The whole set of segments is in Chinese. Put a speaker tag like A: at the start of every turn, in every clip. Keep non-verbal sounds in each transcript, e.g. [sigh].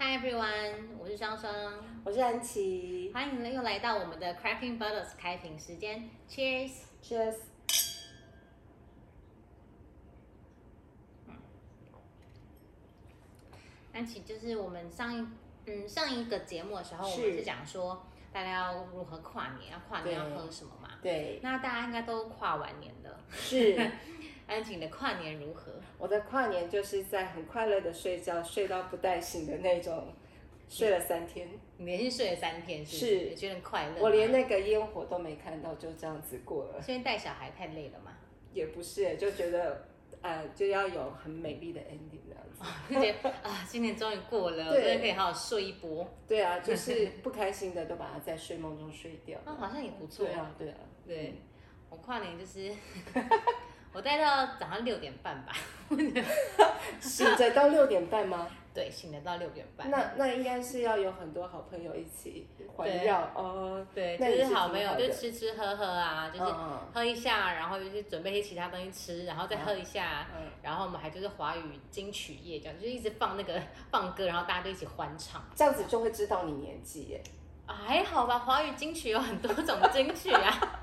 A: Hi everyone，我是双双，
B: 我是安琪
A: 欢迎又来到我们的 Cracking Bottles 开瓶时间，Cheers！
B: ，Cheers。
A: 安琪，就是我们上一嗯上一个节目的时候，我
B: 是
A: 们是讲说大家要如何跨年，要跨年
B: 对
A: 要喝什么嘛？
B: 对，
A: 那大家应该都跨完年了， [laughs]
B: 是
A: 安琪你的跨年如何？
B: 我的跨年就是在很快乐的睡觉，睡到不带醒的那种，睡了三天，
A: 你连续睡了三天是不
B: 是
A: 你觉得很快乐吗？
B: 我连那个烟火都没看到，就这样子过了。
A: 所以带小孩太累
B: [laughs]
A: 了嘛，
B: 也不是，就觉得呃，就要有很美丽的 ending 这样子。
A: 就觉得啊，今年终于过了，我
B: 对
A: 真的可以好好睡一波，
B: 对啊，就是
A: [laughs]
B: 不开心的都把它在睡梦中睡掉。
A: 那、好像也不错
B: 对。啊，对啊，
A: 对，我跨年就是 [laughs] 我待到早上六点半吧，
B: 醒着到六点半吗？
A: 对，醒了到六点 [laughs] 半。
B: 那那应该是要有很多好朋友一起环绕哦。
A: 对，就
B: 那也
A: 是
B: 是
A: 好
B: 挺
A: 朋友
B: 好
A: 就
B: 的
A: 吃吃喝喝啊，就是
B: 嗯
A: 喝一下，然后就是准备一些其他东西吃，然后再喝一下，
B: 嗯
A: 然后我们还就是华语金曲夜这样，就是一直放那个 [laughs] 放歌，然后大家就一起欢唱。
B: 这样子就会知道你年纪
A: [laughs]
B: 耶。
A: 啊还好吧，华语金曲有很多种金曲啊。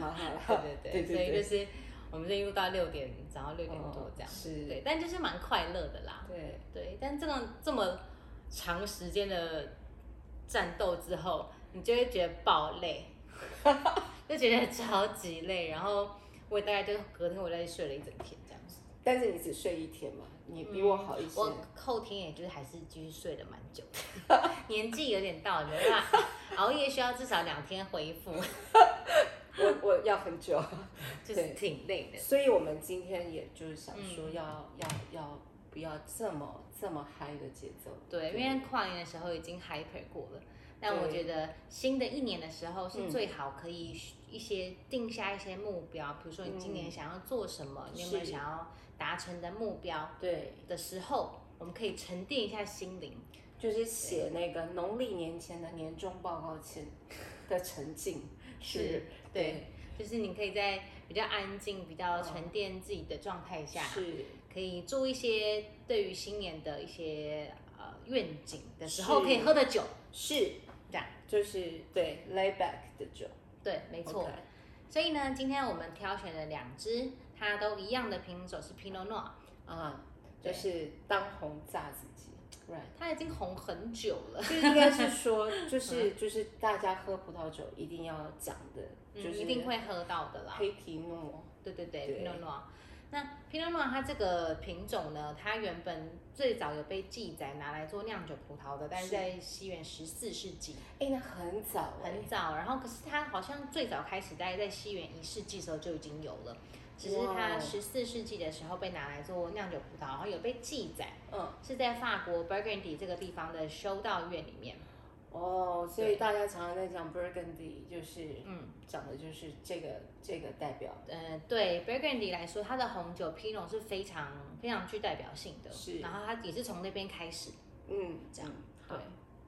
B: 好好
A: 对
B: 好，
A: [laughs] 对
B: [laughs] 对
A: 对，所以
B: 对
A: 就是我们就一路到六点，早上六点多
B: 哦
A: 这样。
B: 是，
A: 对，但嗯就是蛮快乐的啦。
B: 对，
A: 对，但这种这么长时间的战斗之后，你就会觉得爆累， [laughs] 就觉得超级累。然后我也大概就隔天我在睡了一整天这样子。
B: 但是你只睡一天嘛，你比我好一些。
A: 嗯我后天也就是还是继续睡了蛮久的，
B: [laughs]
A: 年纪有点到了，没办法，熬夜需要至少两天恢复，
B: 我我要很久，
A: 就是
B: 对
A: 挺累的。
B: 所以我们今天也就是想说
A: 嗯
B: 要、要要不要这么这么嗨的节奏？
A: 对，因为跨年的时候已经 hyper 过了，但我觉
B: 对
A: 得新的一年的时候是
B: 嗯
A: 最好可以一些定下一些目标，比如说你今年
B: 嗯
A: 想要做什么，你有没有
B: 是
A: 想要达成的目标
B: 对，
A: 的时候，我们可以沉淀一下心灵。
B: 就是写那个农历年前的年终报告前的沉浸，是，
A: 对，就是你可以在比较安静、比较沉淀自己的状态下，
B: 嗯是
A: 可以做一些对于新年的一些呃愿景的时候，
B: 是
A: 可以喝的酒，
B: 是
A: 这样
B: 就是对 lay back 的酒，
A: 对，没错。
B: OK，
A: 所以呢，今天我们挑选了两支，它都一样的品种是 Pinot Noir，
B: 啊，
A: 对
B: 就是当红炸子鸡，right。
A: 它已经红很久了，
B: 就是应该是 [laughs] 说，就是就是大家喝葡萄酒一定要讲的，
A: 嗯，
B: 就是
A: 一定会喝到的啦。
B: 黑皮诺，
A: 对对对
B: 对
A: ，Pinot Noir。那 Pinot Noir 它这个品种呢，它原本最早有被记载拿来做酿酒葡萄的，但是
B: 是
A: 在西元十四世纪
B: 哎，那很早哎，
A: 很早，然后可是它好像最早开始在在西元一世纪的时候就已经有了，只是它
B: 哇哦
A: 十四世纪的时候被拿来做酿酒葡萄，然后有被记载。
B: 嗯，
A: 是在法国 Burgundy 这个地方的修道院里面。
B: 哦，所
A: 对
B: 以大家常常在讲 Burgundy，就是
A: 嗯，
B: 讲的就是这个这个代表
A: 呃，对 Burgundy 来说，它的红酒 Pinot 是非常非常具代表性的，
B: 是
A: 然后它也是从那边开始。
B: 嗯，
A: 这样
B: 嗯
A: 对
B: 好，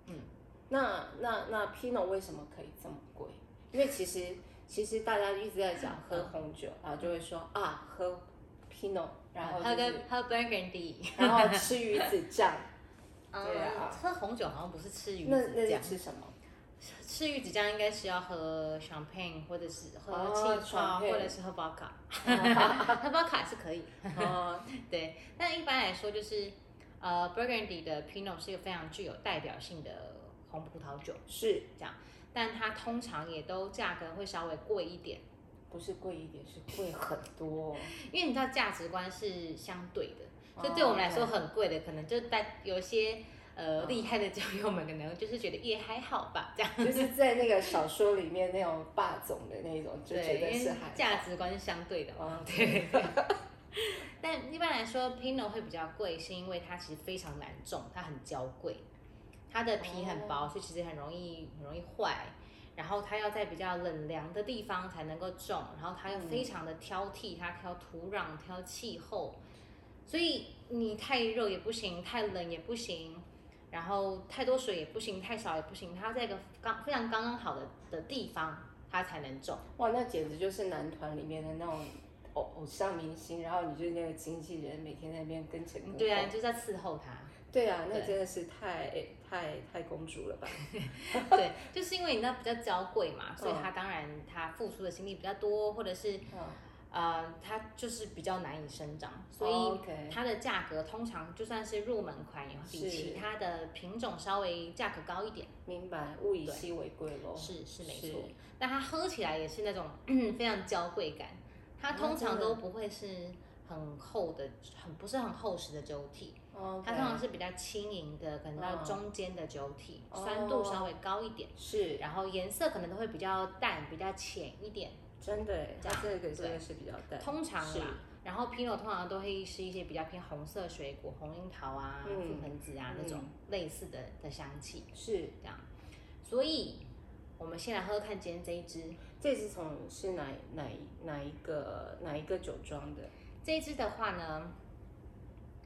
B: 嗯，那那那 Pinot 为什么可以这么贵？因为其 [laughs] 实其实大家一直在讲喝红酒，然后就会说啊喝 Pinot，然后
A: 喝
B: 就
A: 个
B: 是
A: 喝 Burgundy，
B: 然后吃鱼子酱，对
A: 嗯，
B: 啊
A: 喝红酒好像不是吃鱼
B: 那那
A: 子
B: 是
A: 酱，
B: 吃
A: [laughs]
B: 什么？
A: 吃鱼子酱应该是要喝 champagne 或者是喝
B: 哦
A: 气泡，
B: champagne
A: 或者是喝 vodka，喝 [laughs] vodka 是可以。 [laughs]
B: 哦，
A: 对，但一般来说就是，呃，Burgundy 的 Pinot 是一个非常具有代表性的红葡萄酒，
B: 是
A: 但它通常也都价格会稍微贵一点，
B: 不是贵一点，是贵很多。
A: 因为你知道价值观是相对的，所以
B: 哦
A: 对我们来说
B: ，OK
A: 很贵的，可能就带有一些呃
B: 哦
A: 厉害的酒友们可能就是觉得也还好吧，这样。
B: 就是在那个小说里面那种霸总的那种，哦就觉
A: 对，
B: 得
A: 因
B: 是
A: 为
B: 还好
A: 价值观是相对的嘛。
B: 哦
A: 对。 [laughs] 但一般来说，Pinot 会比较贵，是因为它其实非常难种，它很娇贵，它的皮很薄，所以其实很容易很容易坏。然后它要在比较冷凉的地方才能够种，然后它又非常的挑剔，它挑土壤、挑气候，所以你太热也不行，太冷也不行，然后太多水也不行，太少也不行，它在一个刚非常刚刚好的的地方，它才能种。
B: 哇，那简直就是男团里面的那种偶
A: 嗯
B: 偶像明星，然后你就是那个经纪人，每天在那边跟前跟后。
A: 啊对啊，你就是在伺候他。
B: 对啊，那真的是太太太公主了吧？
A: [laughs] 对，就是因为你那比较娇贵嘛，所以
B: 嗯
A: 他当然他付出的心力比较多，或者是
B: 嗯哦
A: 呃，它就是比较难以生长，所以
B: OK，
A: 它的价格通常就算是入门款，也会比
B: 是
A: 其他的品种稍微价格高一点。
B: 明白，物以
A: 对
B: 稀为贵喽。
A: 是是没错，但它喝起来也是那种 [clears throat] 非常娇贵感，它
B: 啊
A: 通常
B: 真的
A: 都不会是很厚的，很不是很厚实的酒体，
B: 哦，OK，
A: 它通常是比较轻盈的，可能到
B: 嗯
A: 中间的酒体，
B: 哦
A: 酸度稍微高一点，
B: 是
A: 然后颜色可能都会比较淡，比较浅一点，
B: 真的耶，
A: 这
B: 它
A: 样
B: 这个真的是比较淡，
A: 通常
B: 是
A: 啦。然后 Pinot 通常都会是一些比较偏红色水果，红樱桃啊、
B: 嗯
A: 覆盆子啊那种类似的的香气，
B: 是，
A: 这样。所以，我们先来喝喝看今天这一支，
B: 这是从是哪哪哪一个哪一个酒庄的？
A: 这一支的话呢，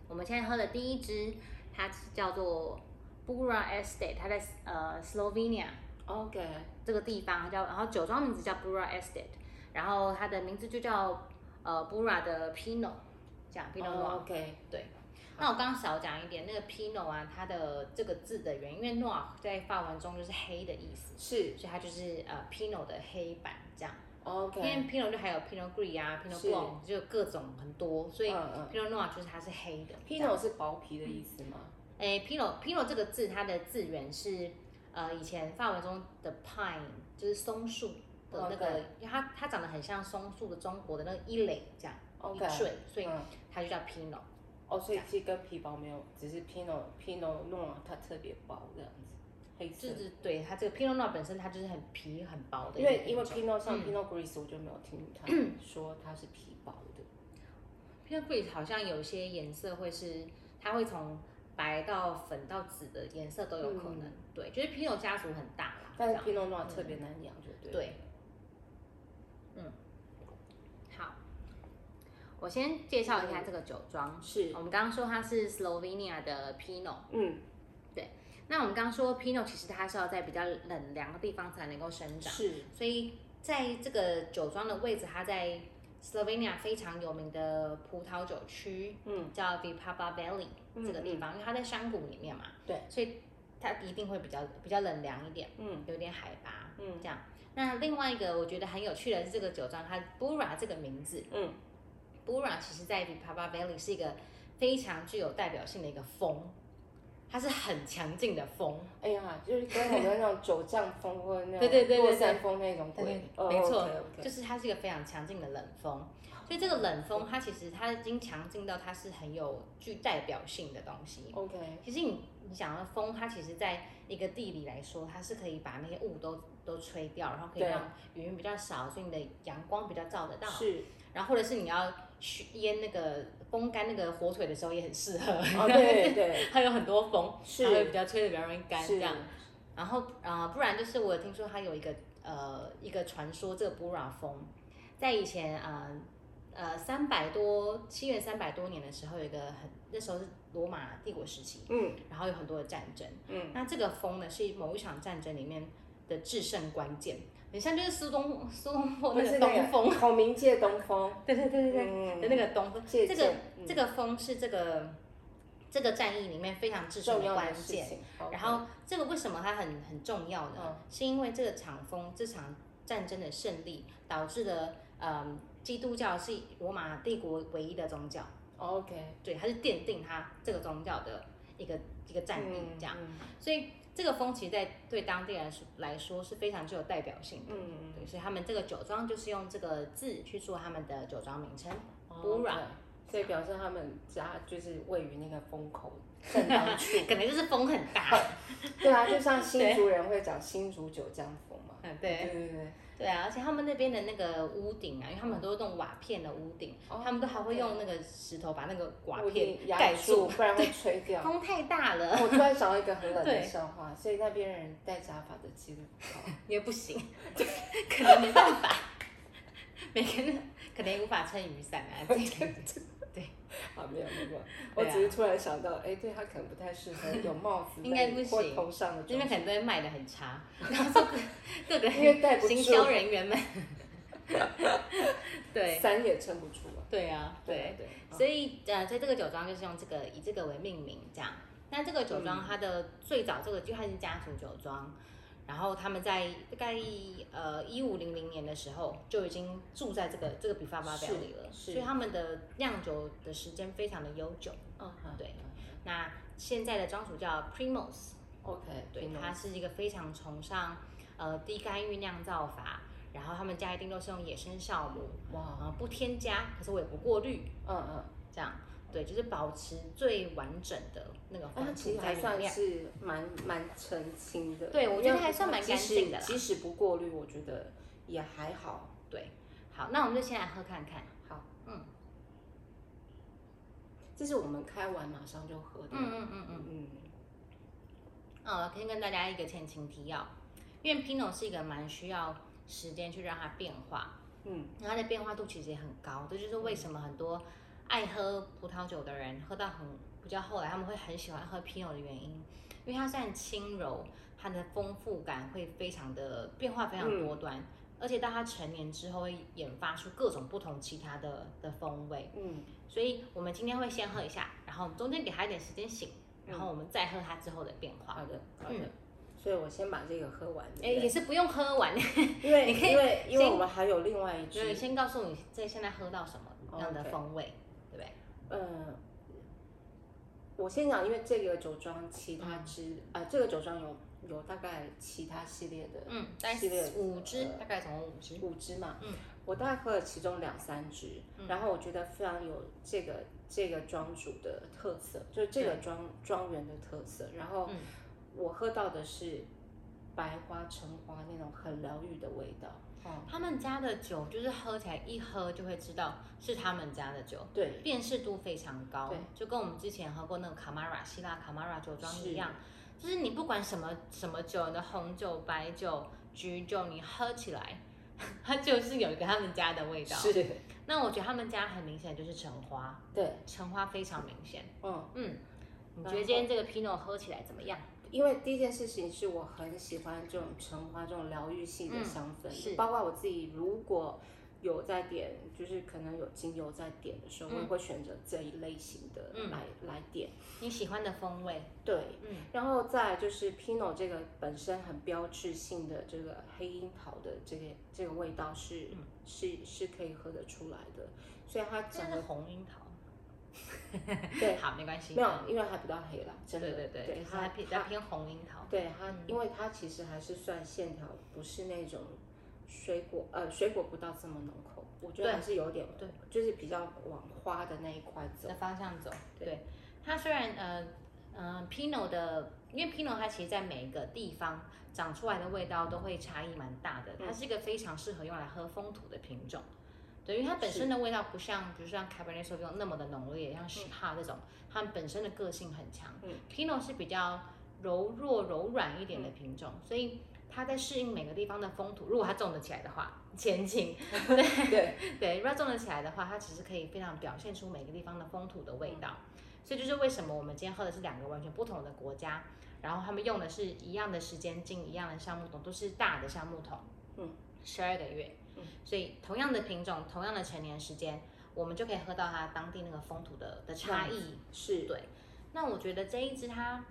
A: 我们现在喝的第一支，它是叫做 Bura Estate，它在呃 Slovenia
B: OK，
A: 这个地方，它叫然后酒庄名字叫 Bura Estate，然后它的名字就叫呃 Bura 的 Pinot，这样 Pinot Noir。
B: 哦 OK，
A: 那我刚刚少讲一点，那个 Pinot 啊，它的这个字的源，因为 Noir 在法文中就是黑的意思，
B: 是
A: 所以它就是呃 Pinot 的黑版这样。因
B: 哦 OK，
A: 为 Pinot 就还有 Pinot Gris 啊，Pinot
B: 是
A: Blanc 就各种很多，所以
B: 嗯嗯
A: Pinot Noir 就是它是黑的。这样
B: ，Pinot 是薄皮的意思吗？
A: 诶 p i n o Pinot 这个字它的字源是呃以前法文中的 pine，就是松树的那个
B: OK，
A: 因为它它长得很像松树的中国的那个一蕾这样
B: OK
A: 一坠，所以
B: 嗯
A: 它就叫 Pinot。
B: 哦，所以其实跟皮薄没有，只是 Pinot Pinot Noir 它特别薄这样子，黑色
A: 就。是对它这个 Pinot Noir 本身它就是很皮很薄的一
B: 因
A: 个
B: 为
A: 品种，
B: 因为 Pinot 像
A: 嗯
B: Pinot Gris 我就没有听 [clears throat] 他说它是皮薄的，
A: Pinot Gris 好像有些颜色会是它会从白到粉到紫的颜色都有可能，对，就是 Pinot 家族很大啦，
B: 嗯但
A: 这
B: 是
A: 样
B: Pinot Noir 特别难养，就对了。
A: 对，嗯，好，我先介绍一下这个酒庄。
B: 是，
A: 我们刚刚说它是 Slovenia 的 Pinot，
B: 嗯，
A: 那我们刚刚说 Pinot 其实它是要在比较冷凉的地方才能够生长，
B: 是
A: 所以在这个酒庄的位置，它在 Slovenia 非常有名的葡萄酒区，
B: 嗯，
A: 叫 Vipava Valley
B: 嗯
A: 这个地方，因为它在山谷里面嘛，
B: 对，
A: 所以它一定会比较比较冷凉一点，
B: 嗯
A: 有点海拔，
B: 嗯
A: 这样。那另外一个我觉得很有趣的是这个酒庄，它 Bura 这个名字
B: 嗯，
A: ，Bura 其实在 Vipava Valley 是一个非常具有代表性的一个风，它是很强劲的风，
B: 哎呀，就是跟很多那种九丈风或
A: [laughs]
B: 者
A: 对
B: 那种
A: 对对对
B: 落
A: 对
B: 山风那种鬼，哦
A: 没错
B: OK，OK
A: 就是它是一个非常强劲的冷风。所以这个冷风，它其实它已经强劲到它是很有具代表性的东西。
B: OK，
A: 其实你你想要风，它其实在一个地理来说，它是可以把那些雾都都吹掉，然后可以
B: 对
A: 让云比较少，所以你的阳光比较照得到。
B: 是，
A: 然后或者是你要去腌那个风干那个火腿的时候也很适合，
B: 哦
A: [laughs]
B: 对对
A: 它有很多风，
B: 是
A: 它会比较吹的比较容易干这
B: 是
A: 样。然后啊、呃不然就是我有听说它有一个呃一个传说，这个布拉风，在以前啊呃三百多七元三百多年的时候，有一个很那时候是罗马帝国时期，
B: 嗯
A: 然后有很多的战争。
B: 嗯，
A: 那这个风呢，是某一场战争里面的制胜关键，很像就是苏东苏东坡那
B: 不
A: 个
B: 是那
A: 东
B: 个
A: 风。
B: 孔明借东风，
A: 对对对对对。
B: 嗯
A: 的那个东风，
B: 借
A: 这个
B: 鉴嗯
A: 这个风是这个这个战役里面非常至胜
B: 重
A: 的
B: 要
A: 关
B: 的事
A: 键。
B: 情，OK
A: 然后这个为什么它很很重要呢？
B: 嗯
A: 是因为这个场风这场战争的胜利导致了，嗯、基督教是罗马帝国唯一的宗教，
B: OK，
A: 对，它是奠定它这个宗教的一个一个战役
B: 嗯
A: 这样。，
B: 嗯
A: 所以这个风其实在对当地人来说是非常具有代表性的。
B: 嗯
A: 对，所以他们这个酒庄就是用这个字去做他们的酒庄名称。
B: 嗯
A: Bura
B: ，Bura，所以表示他们家就是位于那个风口正当处，
A: [laughs] 可能就是风很大。
B: [laughs] 对啊，就像新竹人会讲新竹九江风嘛，
A: 嗯，
B: 对
A: 对
B: 对对，
A: 对啊，而且他们那边的那个屋顶啊，因为他们很多那种瓦片的屋顶，
B: 哦
A: 他们都还会用那个石头把那个瓦
B: 固
A: 片
B: 定
A: 盖
B: 压
A: 住，
B: 住，不然会吹掉。
A: 风太大
B: [laughs]
A: 了
B: 我突然想到一个很冷的
A: 对
B: 笑话，所以那边人戴假发的几率不高。
A: 也不行，可能没办法，每个人可能也无法撑雨伞
B: [laughs]
A: 啊这个。
B: [laughs] 啊，没有没有没有，我
A: 对啊
B: 只是突然想到，哎，对他可能不太适合有帽 [laughs] 子
A: 应该
B: 戴
A: 不
B: 或
A: 行
B: 头上的
A: 那边
B: 装
A: 可
B: 饰，
A: 能都会卖的很
B: [laughs]
A: 差，然后各个
B: 因为戴不
A: 行销
B: 住，
A: 人员们， [laughs] 对
B: 伞也撑不住了。
A: 对啊，对
B: 对。
A: 所以呃，在这个酒庄就是用这个以这个为命名这样。那那这个酒
B: 嗯
A: 庄它的最早这个就它是家族酒庄，然后他们在大概呃一五零零年的时候就已经住在这个这个比发巴表里了，
B: 是是
A: 所以他们的酿酒的时间非常的悠久。
B: 嗯，
A: 对那现在的庄主叫 Primos，
B: ，OK，
A: 对，
B: Pinot
A: 他是一个非常崇尚呃低干预酿造法，然后他们家一定都是用野生酵母，
B: 哇，
A: 啊不添加，可是我也不过滤，
B: 嗯嗯，
A: 这样对，就是保持最完整的那个
B: 哦那它
A: 风
B: 其
A: 土
B: 实
A: 在
B: 还
A: 里
B: 算
A: 面。
B: 是蛮蛮澄清的，
A: 对我觉得
B: 因为
A: 还算蛮干净的啦
B: 即使即使不过滤，我觉得也还好。
A: 好，那我们就先来喝看看。
B: 好，
A: 嗯
B: 这是我们开完马上就喝的，
A: 嗯嗯嗯嗯，
B: 嗯
A: 呃，先跟大家一个前情提要，因为 Pinot 是一个蛮需要时间去让它变化，
B: 嗯
A: 然后它的变化度其实也很高，这就是为什么很多爱喝葡萄酒的人喝到很比较后来，他们会很喜欢喝 Pinot 的原因，因为它虽然轻柔，它的丰富感会非常的变化非常多
B: 嗯
A: 端，而且到它成年之后会研发出各种不同其他的的风味，
B: 嗯
A: 所以我们今天会先喝一下，然后我们中间给它一点时间醒，然
B: 嗯
A: 后我们再喝它之后的变化。
B: 好的好
A: 嗯
B: 的，所以我先把这个喝完，
A: 哎、
B: 对
A: 也
B: 不对
A: 是不用喝完，
B: 因
A: [laughs]
B: 为
A: 你可以
B: 因为因为
A: 先
B: 我们还有另外一
A: 就是
B: 支，
A: 先告诉你这现在喝到什么样的
B: OK
A: 风味，对不对？
B: 嗯，我先讲，因为这个酒庄其他支啊、这个酒庄有有大概其他系列的
A: 嗯，大概
B: 系列
A: 五支，
B: 呃
A: 大概总共五支。
B: 五支嘛，
A: 嗯，
B: 我大概喝了其中两三支，然后我觉得非常有这个这个庄主的特色，就是这个庄庄园的特色。然后
A: 嗯
B: 我喝到的是白花、橙花那种很疗愈的味道。哦，
A: 他们家的酒就是喝起来一喝就会知道是他们家的酒，
B: 对，
A: 辨识度非常高
B: 对，
A: 就跟我们之前喝过那个卡玛拉希腊卡玛拉酒庄
B: 是
A: 一样，就是你不管什么什么酒，你的红酒、白酒、橘酒，你喝起来。 [laughs] 它就是有一个他们家的味道，
B: 是，
A: 那我觉得他们家很明显就是橙花，
B: 对，
A: 橙花非常明显。
B: 嗯，
A: 嗯，你觉
B: 然
A: 得
B: 后
A: 今天这个 Pinot 喝起来怎么样？
B: 因为第一件事情是我很喜欢这种橙花这种疗愈系的香氛，
A: 嗯是
B: 包括我自己如果有在点，就是可能有精油在点的时候，
A: 嗯
B: 我也会选择这一类型的
A: 嗯
B: 来、来点。
A: 你喜欢的风味？
B: 对，
A: 嗯
B: 然后再来就是 Pinot 这个本身很标志性的这个黑樱桃的这个这个味道是、
A: 嗯
B: 是是可以喝得出来的，所以它
A: 这
B: 整
A: 是
B: 个
A: 红樱桃。
B: 对
A: 好，没关系。
B: 没有，因为它比较黑啦，真的
A: 对对对，就是它偏比较偏红樱桃。
B: 对它
A: 嗯，
B: 因为它其实还是算线条，不是那种水果，呃，水果不到这么浓厚，我觉得
A: 对
B: 还是有点，
A: 对，
B: 就是比较往花的那一块走
A: 的。方向走。
B: 对
A: 对，它虽然呃呃 Pinot 的，因为 Pinot 它其实在每一个地方长出来的味道都会差异蛮大的，
B: 嗯
A: 它是一个非常适合用来喝风土的品种。对，因为它本身的味道不像，比如像 Cabernet Sauvignon 那么的浓烈，像 s h 这种，它们本身的个性很强。
B: 嗯
A: Pinot 是比较柔弱、柔软一点的品种，所以它在适应每个地方的风土。如果它种得起来的话，前景
B: 对，
A: 对，如果它种得起来的话，它其实可以非常表现出每个地方的风土的味道。所以就是为什么我们今天喝的是两个完全不同的国家，然后他们用的是一样的时间进一样的橡木桶，都是大的橡木桶，
B: 嗯，
A: 十二个月，
B: 嗯，
A: 所以同样的品种，同样的成年时间，我们就可以喝到它当地那个风土的的 [laughs] 差
B: 样
A: 异。
B: 是，
A: 对，那我觉得这一支它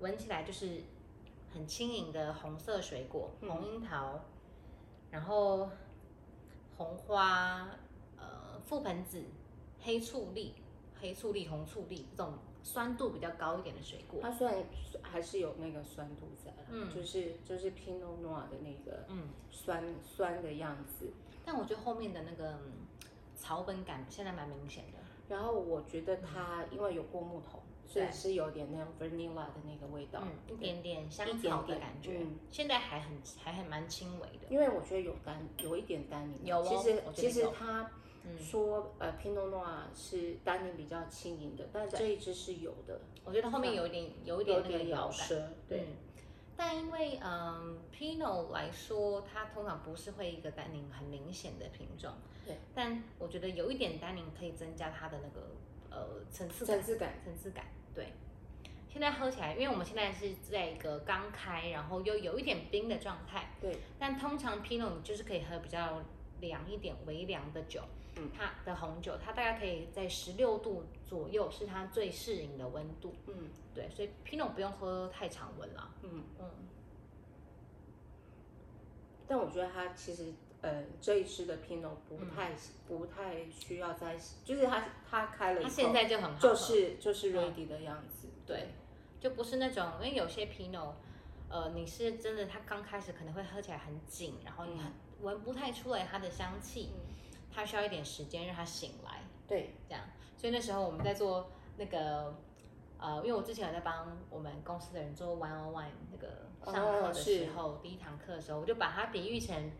A: 闻起来就是很轻盈的红色水果，
B: 嗯
A: 红樱桃，然后红花，呃，覆盆子、黑醋栗、黑醋栗、红醋栗这种酸度比较高一点的水果。
B: 它虽然还是有那个酸度在啦，
A: 嗯
B: 就是就是 Pinot Noir 的那个
A: 嗯，
B: 酸酸的样子。
A: 但我觉得后面的那个嗯草本感现在蛮明显的。
B: 然后我觉得它因为有过木桶，所以
A: 对
B: 是有点那种 vanilla 的那个味道，
A: 嗯，一
B: 对
A: 点点香
B: 一点
A: 草的
B: 点
A: 感觉，
B: 嗯
A: 现在还很还很蛮轻微的。
B: 因为我觉得有单有一点单宁，
A: 有哦
B: 其实
A: 我觉得
B: 其实
A: 有
B: 它
A: 嗯
B: 说、呃拼多多啊是单宁比较轻盈的，但这一支是有的，
A: 我觉得后面有一点有一点那个
B: 点
A: 摇
B: 咬
A: 感。
B: 舌，对，
A: 嗯，但因为嗯，Pinot 来说，它通常不是会一个单宁很明显的品种，
B: 对。
A: 但我觉得有一点单宁可以增加它的那个呃层次感
B: 层，次感，
A: 层次感，对。现在喝起来，因为我们现在是在一个刚开，然后又有一点冰的状态，
B: 对，
A: 但通常 Pinot 你就是可以喝比较凉一点、微凉的酒，
B: 嗯
A: 它的红酒，它大概可以在十六度左右是它最适应的温度。
B: 嗯
A: 对，所以 Pinot 不用喝太常温啦。
B: 嗯，
A: 嗯，
B: 但我觉得它其实呃这一支的 Pinot 不
A: 嗯
B: 太、不太需要再，就是它它开了以
A: 它
B: 后
A: 现在就很好喝，嗯
B: 就是就是 ready 的样子，
A: 对，就不是那种，因为有些 Pinot，呃，你是真的它刚开始可能会喝起来很紧，然后你很闻不太出来它的香气，它需要一点时间让它醒来。
B: 对，
A: 这样。所以那时候我们在做那个，呃，因为我之前有在帮我们公司的人做 one on one 那个上课
B: 哦
A: 的时
B: 是
A: 候，第一堂课的时候，我就把它比喻成，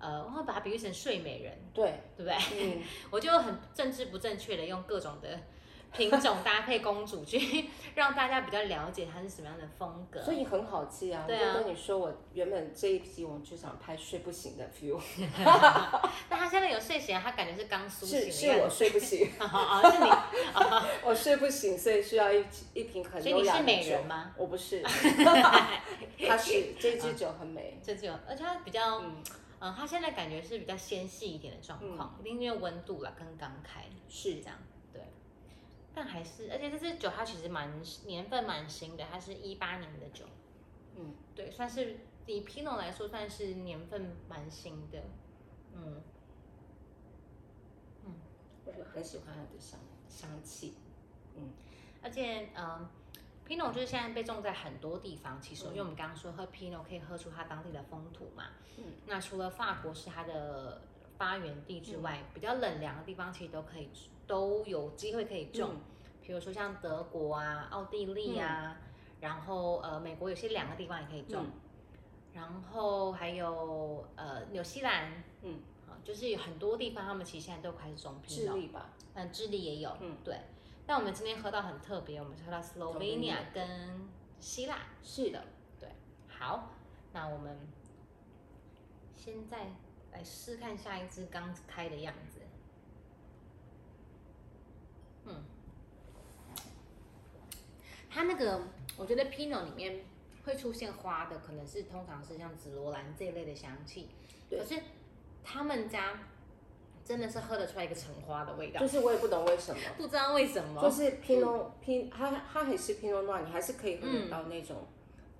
A: 呃，我会把它比喻成睡美人，
B: 对，
A: 对不对？
B: 嗯，
A: 我就很政治不正确的用各种的。品种搭配公主去 [laughs] 让大家比较了解它是什么样的 [laughs] 风格，
B: 所以很好记啊。
A: 对
B: 我
A: 啊
B: 就跟你说，我原本这一集我们就想拍睡不醒的 feel，
A: 但它现在有睡醒，啊它感觉是刚苏醒的
B: 是
A: 样
B: 是我
A: 子。
B: 睡不醒，
A: 哦 [laughs] 哦是你，
B: [laughs] 我睡不醒，所以需要一一瓶 [laughs] 很
A: 所以
B: 优
A: 你
B: 雅
A: 是
B: 的
A: 美
B: 酒
A: 人。吗？
B: 我
A: [laughs]
B: 不是，它是这支酒很美，
A: 这就而且它比较
B: 嗯，
A: 嗯，它现在感觉是比较纤细一点的状况，一定因为温度啦，跟刚开
B: 是
A: 这样，对。但还是，而且这支酒它其实蛮年份蛮新的，它是一八年的酒，
B: 嗯，
A: 对，算是以 Pinot 来说算是年份蛮新的，嗯，
B: 我很喜欢它的香香气，
A: 而且嗯，Pinot 就是现在被种在很多地方，其实、因为我们刚刚说喝 Pinot 可以喝出它当地的风土嘛，
B: 嗯，
A: 那除了法国是它的发源地之
B: 嗯
A: 外，比较冷凉的地方其实都可以都有机会可以种。
B: 嗯
A: 比如说像德国啊、奥地利啊，
B: 嗯
A: 然后呃美国有些两个地方也可以种，然后还有呃纽西兰，
B: 嗯
A: 啊，就是有很多地方他们其实现在都开始种
B: 智
A: Pinot，
B: 利吧，
A: 嗯，智利也有，
B: 嗯
A: 对。但我们今天喝到很特别，我们是喝到 Slovenia 跟希腊，
B: 是的，
A: 好，那我们现在来试看下一支刚开的样子。嗯，它那个我觉得 Pinot 里面会出现花的，可能是通常是像紫罗兰这一类的香气，
B: 对
A: 可是他们家真的是喝得出来一个橙花的味道
B: 就，是我也不懂为什么。
A: 不知道为什么，
B: 就是 Pinot Pin，它它还是 Pinot Noir，你还是可以喝得到那种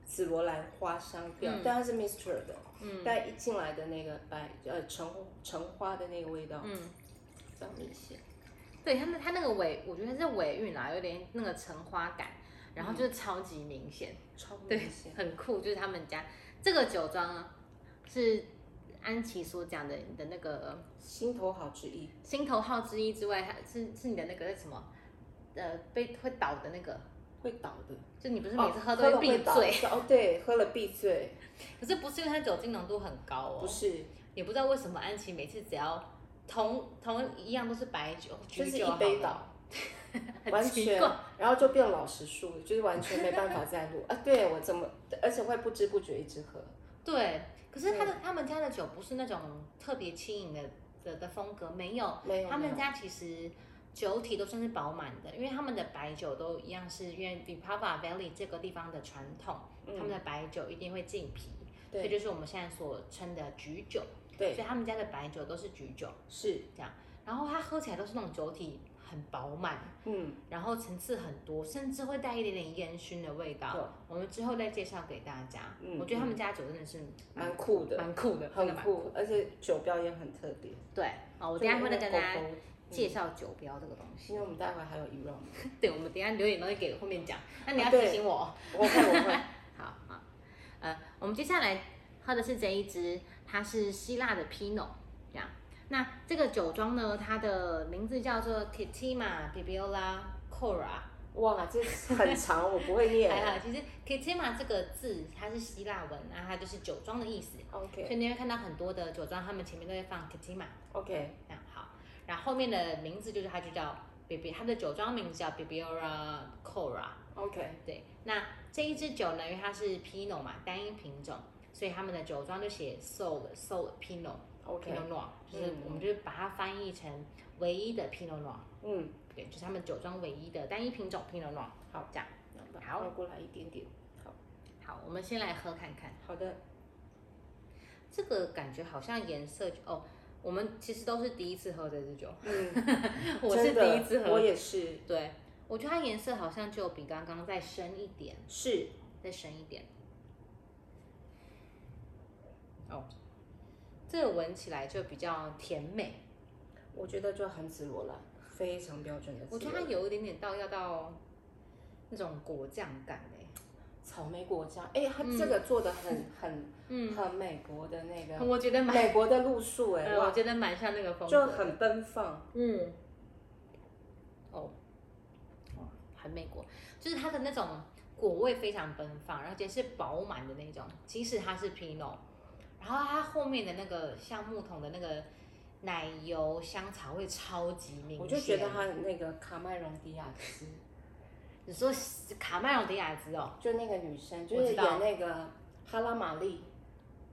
B: 紫罗兰花香调，
A: 嗯
B: 但它是 mixture 的，
A: 嗯
B: 但一进来的那个白呃橙橙花的那个味道
A: 嗯。
B: 比较明显。
A: 对他那他那个尾，我觉得是尾韵啊啦，有点那个橙花感，然后就是超级明显，
B: 哎超明
A: 对
B: 显，
A: 很酷。就是他们家这个酒庄啊，是安琪所讲的你的那个
B: 心头好之一，
A: 心头好之一之外，它是是你的那个什么，呃，被会倒的那个，
B: 会倒的。哦
A: 就你不是每次喝都
B: 了
A: 会
B: 会
A: 闭
B: 倒
A: 醉，
B: 哦，对，喝了闭醉，
A: 可是不是因为它酒精浓度很高哦，
B: 不是，
A: 也不知道为什么安琪每次只要同同一样都是白酒，
B: 就
A: 橘
B: 是
A: 酒
B: 一杯
A: 好了，
B: 倒，
A: 很
B: 完
A: 奇
B: 全
A: 怪。，
B: 然后就变老实树，就是完全没办法再录啊！对我怎么，而且会不知不觉一直喝，
A: 对，可是他的他们家的酒不是那种特别轻盈的的的风格，没有，
B: 没有
A: 哦他
B: 没有
A: 们家其实酒体都算是饱满的，因为他们的白酒都一样是因为 Vipava Valley 这个地方的传统，
B: 嗯
A: 他们的白酒一定会浸皮，所以
B: 对
A: 就是我们现在所称的橘酒，
B: 对
A: 所以他们家的白酒都是橘酒，
B: 是，
A: 然后它喝起来都是那种酒体很饱满，
B: 嗯，
A: 然后层次很多，甚至会带一点点烟熏的味道
B: 有，
A: 我们之后再介绍给大家。
B: 嗯
A: 我觉得他们家酒真的是
B: 蛮酷的，
A: 蛮酷的，真的
B: 很
A: 嗯蛮。
B: 酷，而且酒标也很特别。
A: 对，好，我等一下会再跟大家
B: 就
A: 介绍酒标这个东
B: 因
A: 西
B: 为。我们待会还有 e r o n
A: [laughs] 对，我们等一下留点东西给后面讲。那你要
B: 啊对
A: 提醒我哦。
B: 我会我会，
A: 好好，呃，我们接下来喝的是这一支，它是希腊的 Pinot，这样。那这个酒庄呢，它的名字叫做 Kitima Bibiola Cora。
B: 哇，这很长，我不会
A: 还好，
B: 念。
A: 其实 Kitima 这个字它是希腊文，然后它就是酒庄的意思，所
B: OK
A: 以你会看到很多的酒庄，他们前面都会放 Kitima。
B: OK，
A: 那好，然后后面的名字就是它就叫 Bibi，它的酒庄名字叫 Bibiola Cora。
B: OK，
A: 对，那这一支酒呢，因为它是 Pinot 嘛，单一品种，所以他们的酒庄就写 Sol Sol Pinot
B: OK，
A: Pinot Noir，就是
B: 嗯
A: 我们就是把它翻译成唯一的 Pinot Noir，
B: 嗯，
A: 对，就是他们酒庄唯一的单一品种 Pinot Noir。
B: 好，
A: 这样
B: 好，倒过来一点点。好，
A: 好，我们先来喝看看，
B: 好的，
A: 这个感觉好像颜色就哦，我们其实都是第一次喝这支
B: [laughs]
A: 酒，
B: 嗯，
A: 我是
B: 真
A: 第
B: 的
A: 一次
B: 我
A: 喝，
B: 也是，
A: 对，我觉得它颜色好像就比刚刚再深一点，
B: 是
A: 再深一点。哦，这个闻起来就比较甜美，
B: 我觉得就很紫罗兰，非常标准的
A: 我
B: 紫
A: 觉
B: 罗
A: 得它
B: 兰，
A: 有一点点到要到那种果酱感哎、
B: 草莓果酱，哎，它这个做的
A: [laughs]
B: 很很
A: 嗯，
B: 很美国的那
A: [laughs]
B: 个
A: 我觉得蛮，
B: 美国的路数，哎，
A: 呃我
B: 哇，
A: 觉得蛮像那个风格的
B: 就很奔放，
A: 嗯，哦，哦，很美国，就是它的那种果味非常奔放，而且是饱满的那种。即使它是 Pinot，然后它后面的那个橡木桶的那个奶油香草味超级明显。
B: 我就觉得它那个卡麦隆迪亚
A: [laughs]
B: 斯，
A: 你说卡麦隆迪亚兹哦，
B: 就那个女生，就
A: 我
B: 是
A: 知道嗯
B: 演那个哈拉玛丽，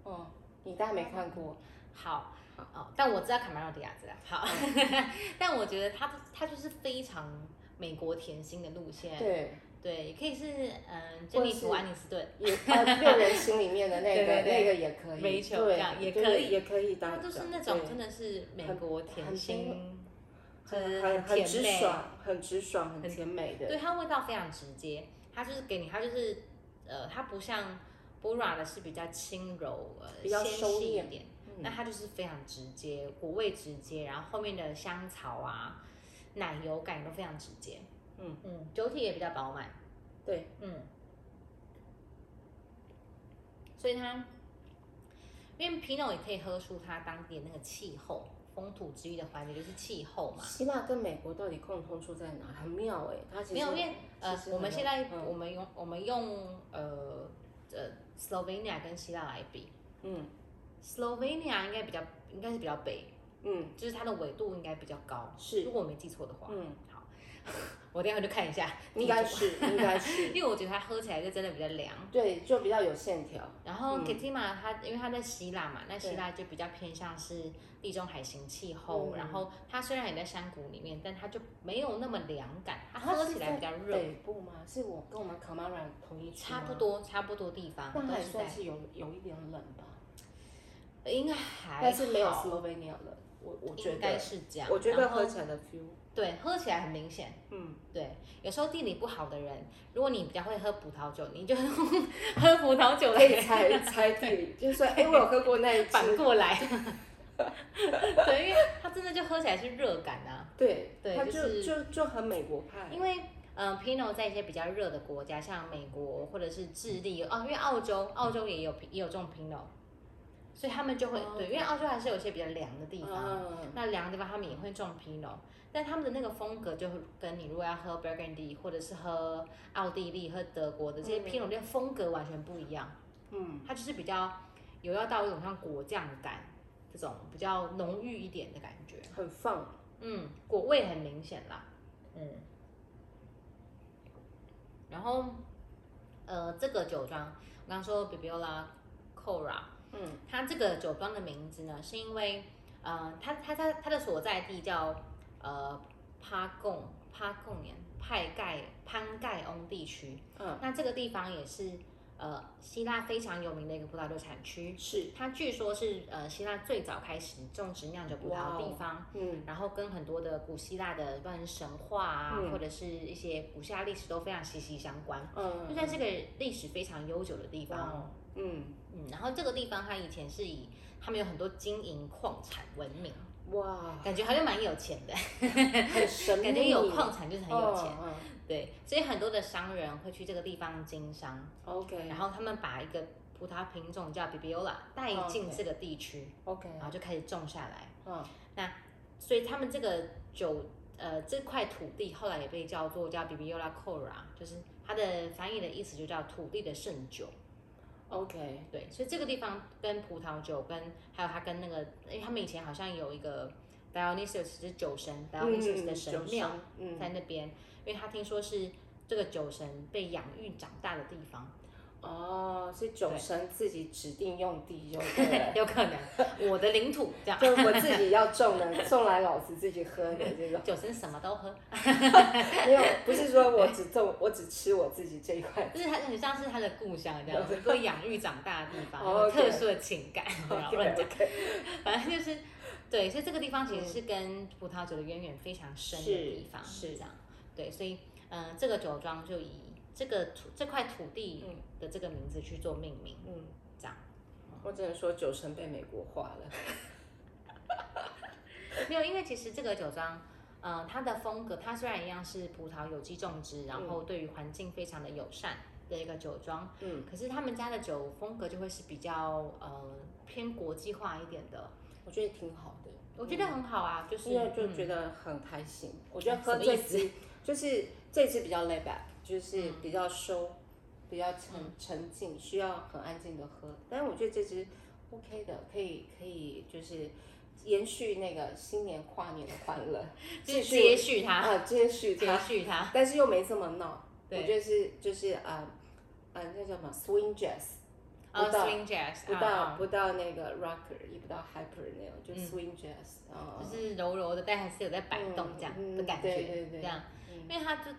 B: 哦，你大概没看过，
A: 好。哦，但我知道卡麦隆迪亚兹啊，好，
B: 嗯
A: [laughs] 但我觉得它它就是非常美国甜心的路线，
B: 对，
A: 对，也可以是嗯，珍妮
B: 或
A: 弗
B: 是
A: 安妮斯顿，
B: 也啊，六人行里面的那
A: [laughs] 对对
B: 个
A: 对
B: 那个也可以，
A: Rachel
B: 对
A: 这样也
B: 对
A: 可以
B: 也可以
A: 它
B: 当
A: 就是
B: 长
A: 那种
B: 对
A: 真的是美国甜心，就是
B: 很很很
A: 甜
B: 直
A: 美，
B: 爽，很直爽，很甜美的。
A: 对它味道非常直接，它就是给你，它就是呃，它不像 Bora 的是比较轻柔，呃，
B: 比较
A: 纤
B: 收
A: 细一
B: 敛
A: 点，
B: 嗯
A: 那它就是非常直接，果味直接，然后后面的香草啊、奶油感都非常直接，
B: 嗯
A: 嗯，酒体也比较饱满，
B: 对，
A: 嗯，所以它，因为 Pinot 也可以喝出它当地的那个气候、风土之欲的环节，就是气候嘛。
B: 希腊跟美国到底共通处在哪？很妙哎，它其实
A: 没有，因为呃
B: 其，实
A: 我们
B: 很
A: 现在
B: 嗯
A: 我们用我们用呃呃 Slovenia 跟希腊来比
B: 嗯
A: ，Slovenia 应该比较应该是比较北，
B: 嗯
A: 就是它的纬度应该比较高，
B: 是
A: 如果我没记错的话。
B: 嗯，
A: 好，我等一下回去看一下，
B: 应该是应该是
A: [laughs] 因为我觉得它喝起来就真的比较凉。
B: 对，就比较有线条。
A: 然后
B: 嗯
A: Ketima 它因为它在希腊嘛，那希腊就比较偏向是地中海型气候，
B: 嗯
A: 然后它虽然也在山谷里面，但它就没有那么凉感，它
B: 它
A: 喝
B: 是
A: 起来
B: 在
A: 比较热，
B: 北部吗？是我跟我们卡马兰同一区
A: 差不
B: 吗，
A: 多差不多地方
B: 那
A: 都
B: 还
A: 是在
B: 算，是有有一点冷吧，
A: 应该还
B: 但是没有
A: 好
B: Slovenia 冷，我我觉
A: 应该
B: 得
A: 是这样，
B: 我觉得
A: 然后
B: 喝起来的 feel，
A: 对喝起来很明显。
B: 嗯，
A: 对，有时候地理不好的人，如果你比较会喝葡萄酒，你就 [laughs] 喝葡萄酒
B: 可以
A: 来 [laughs]
B: 猜猜地理，就是说，哎，我有喝过那一
A: 反
B: 支，
A: 过来。 [laughs] 对，因为它真的就喝起来是热感啊。
B: 对，
A: 对
B: 它
A: 就
B: 就是就就很美国派，
A: 因为呃，Pinot 在一些比较热的国家，像美国或者是智利哦，因为澳洲澳洲也有也有这种 Pinot，所以他们就会、
B: 哦
A: 对，因为澳洲还是有一些比较凉的地方，
B: 嗯，
A: 那凉的地方他们也会种 Pinot，但他们的那个风格就会跟你如果要喝 Burgundy 或者是喝奥地利、喝德国的这些
B: 嗯
A: Pinot 的风格完全不一样，
B: 嗯，
A: 它就是比较有要到一种像果酱感这种比较浓郁一点的感觉。
B: 很放，
A: 嗯，果味很明显啦。嗯，然后呃，这个酒庄，我刚说 Bibiola Cora，
B: 嗯
A: 它这个酒庄的名字呢，是因为呃，它它它它的所在地叫呃帕贡帕贡年派盖潘盖翁地区，
B: 嗯，
A: 那这个地方也是呃希腊非常有名的一个葡萄酒产区。
B: 是，
A: 它据说是呃希腊最早开始种植酿酒葡萄的地方，
B: 嗯
A: 然后跟很多的古希腊的，不管是神话啊，
B: 嗯
A: 或者是一些古希腊历史都非常息息相关。就
B: 嗯，
A: 在这个历史非常悠久的地
B: 哇
A: 方，
B: 哦，嗯，
A: 嗯，然后这个地方它以前是以他们有很多金银矿产闻名，
B: [laughs] 哇，
A: 感觉好像蛮有钱的，
B: 很啊神秘，
A: 感觉有矿产就是很有钱，啊
B: 嗯
A: 对，所以很多的商人会去这个地方经商，
B: 嗯，OK
A: 然后他们把一个葡萄品种叫 Bibiola 带进
B: OK
A: 这个地区，
B: OK，
A: 然后就开始种下来。
B: 嗯，
A: 所以他们这个酒，呃，这块土地后来也被叫做叫 Bibiola Cora，就是它的翻译的意思就叫土地的圣酒。
B: OK，
A: 对，所以这个地方跟葡萄酒跟还有它跟那个，因为他们以前好像有一个 Dionysius 就是酒神 Dionysius 的神庙、，
B: 嗯酒
A: 在
B: 嗯神，
A: 那边，因为他听说是这个酒神被养育长大的地方，
B: 嗯，哦，是酒
A: 对。
B: 神自己指定用地就对了
A: 有可能我的领土 [laughs] 这样。
B: 就我自己要种的，种来老子自己喝的 [laughs] 这种，
A: 酒神什么都喝，
B: 没有，不是说我只
A: [laughs]
B: 种，我只吃我自己这一块。
A: 就是他很像是他的故乡这样，能够养育长大的地方，
B: [laughs] 哦
A: 有
B: ，OK
A: 特殊的情感，然后乱讲
B: OK，
A: [laughs]
B: [laughs]
A: 反正就是对，所以这个地方其实是跟葡萄酒的渊源非常深的地方，
B: 嗯是是
A: 这样。对，所以嗯、呃这个酒庄就以这个土这块土地的这个名字去做命名，
B: 嗯，
A: 这样。
B: 我只能说九成被美国化了。
A: 没有，因为其实这个酒庄，呃，它的风格，它虽然一样是葡萄有机种植，然后对于环境非常的友善的一个酒庄，
B: 嗯，
A: 可是他们家的酒风格就会是比较呃偏国际化一点的，
B: 我觉得挺好的，
A: 我觉得很好啊，就是
B: 嗯因为就
A: 嗯
B: 觉得很开心。我觉得
A: 什
B: 喝
A: 么
B: 这
A: 意思嗯
B: 支就是这支比较 lay back，就是比较收，比较沉沉静，需要很安静的喝。但是我觉得这支 OK 的，可以可以就是延续那个新年跨年的欢
A: [laughs]
B: 乐，
A: 就是
B: 继
A: 接
B: 续
A: 续它，
B: [laughs] 啊接续
A: 接
B: 它，
A: 续它，
B: 但是又没这么闹。我
A: 啊对
B: 觉得是就是啊啊那叫什么 swing jazz。
A: 呃
B: 不到
A: ，swing jazz，
B: 不到
A: 啊
B: 不到那个 rocker，也不到 hyper 那种，就
A: 嗯
B: swing jazz，啊
A: 啊就是柔柔的，但还是有在摆动这样的感
B: 嗯对
A: 觉，
B: 对
A: 这
B: 对，
A: 样，因为它就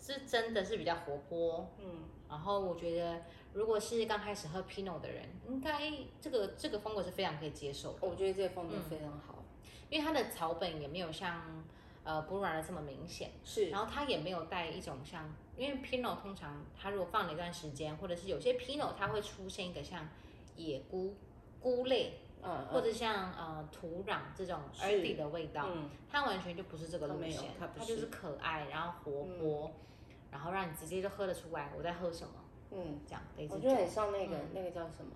A: 这真的是比较活泼，
B: 嗯，
A: 然后我觉得，如果是刚开始喝 Pinot 的人，应该这个这个风格是非常可以接受的，
B: 我觉得这个风格非常好，
A: 因为它的草本也没有像呃 b u r a 的这么明显，
B: 是
A: 然后它也没有带一种像，因为 Pinot 通常它如果放了一段时间，或者是有些 Pinot 它会出现一个像野菇、菇类，
B: 嗯，
A: 或者像呃土壤这种
B: 是
A: earthy 的味道，
B: 嗯，
A: 它完全就不是这个
B: 它
A: 路
B: 没有
A: 线，
B: 它不嗯
A: 就是是可爱，然后活泼，然后让你直接就喝得出来我在喝什么
B: 嗯，
A: 这样嗯的一支
B: 我
A: 酒
B: 觉得。很像那个那个叫什么，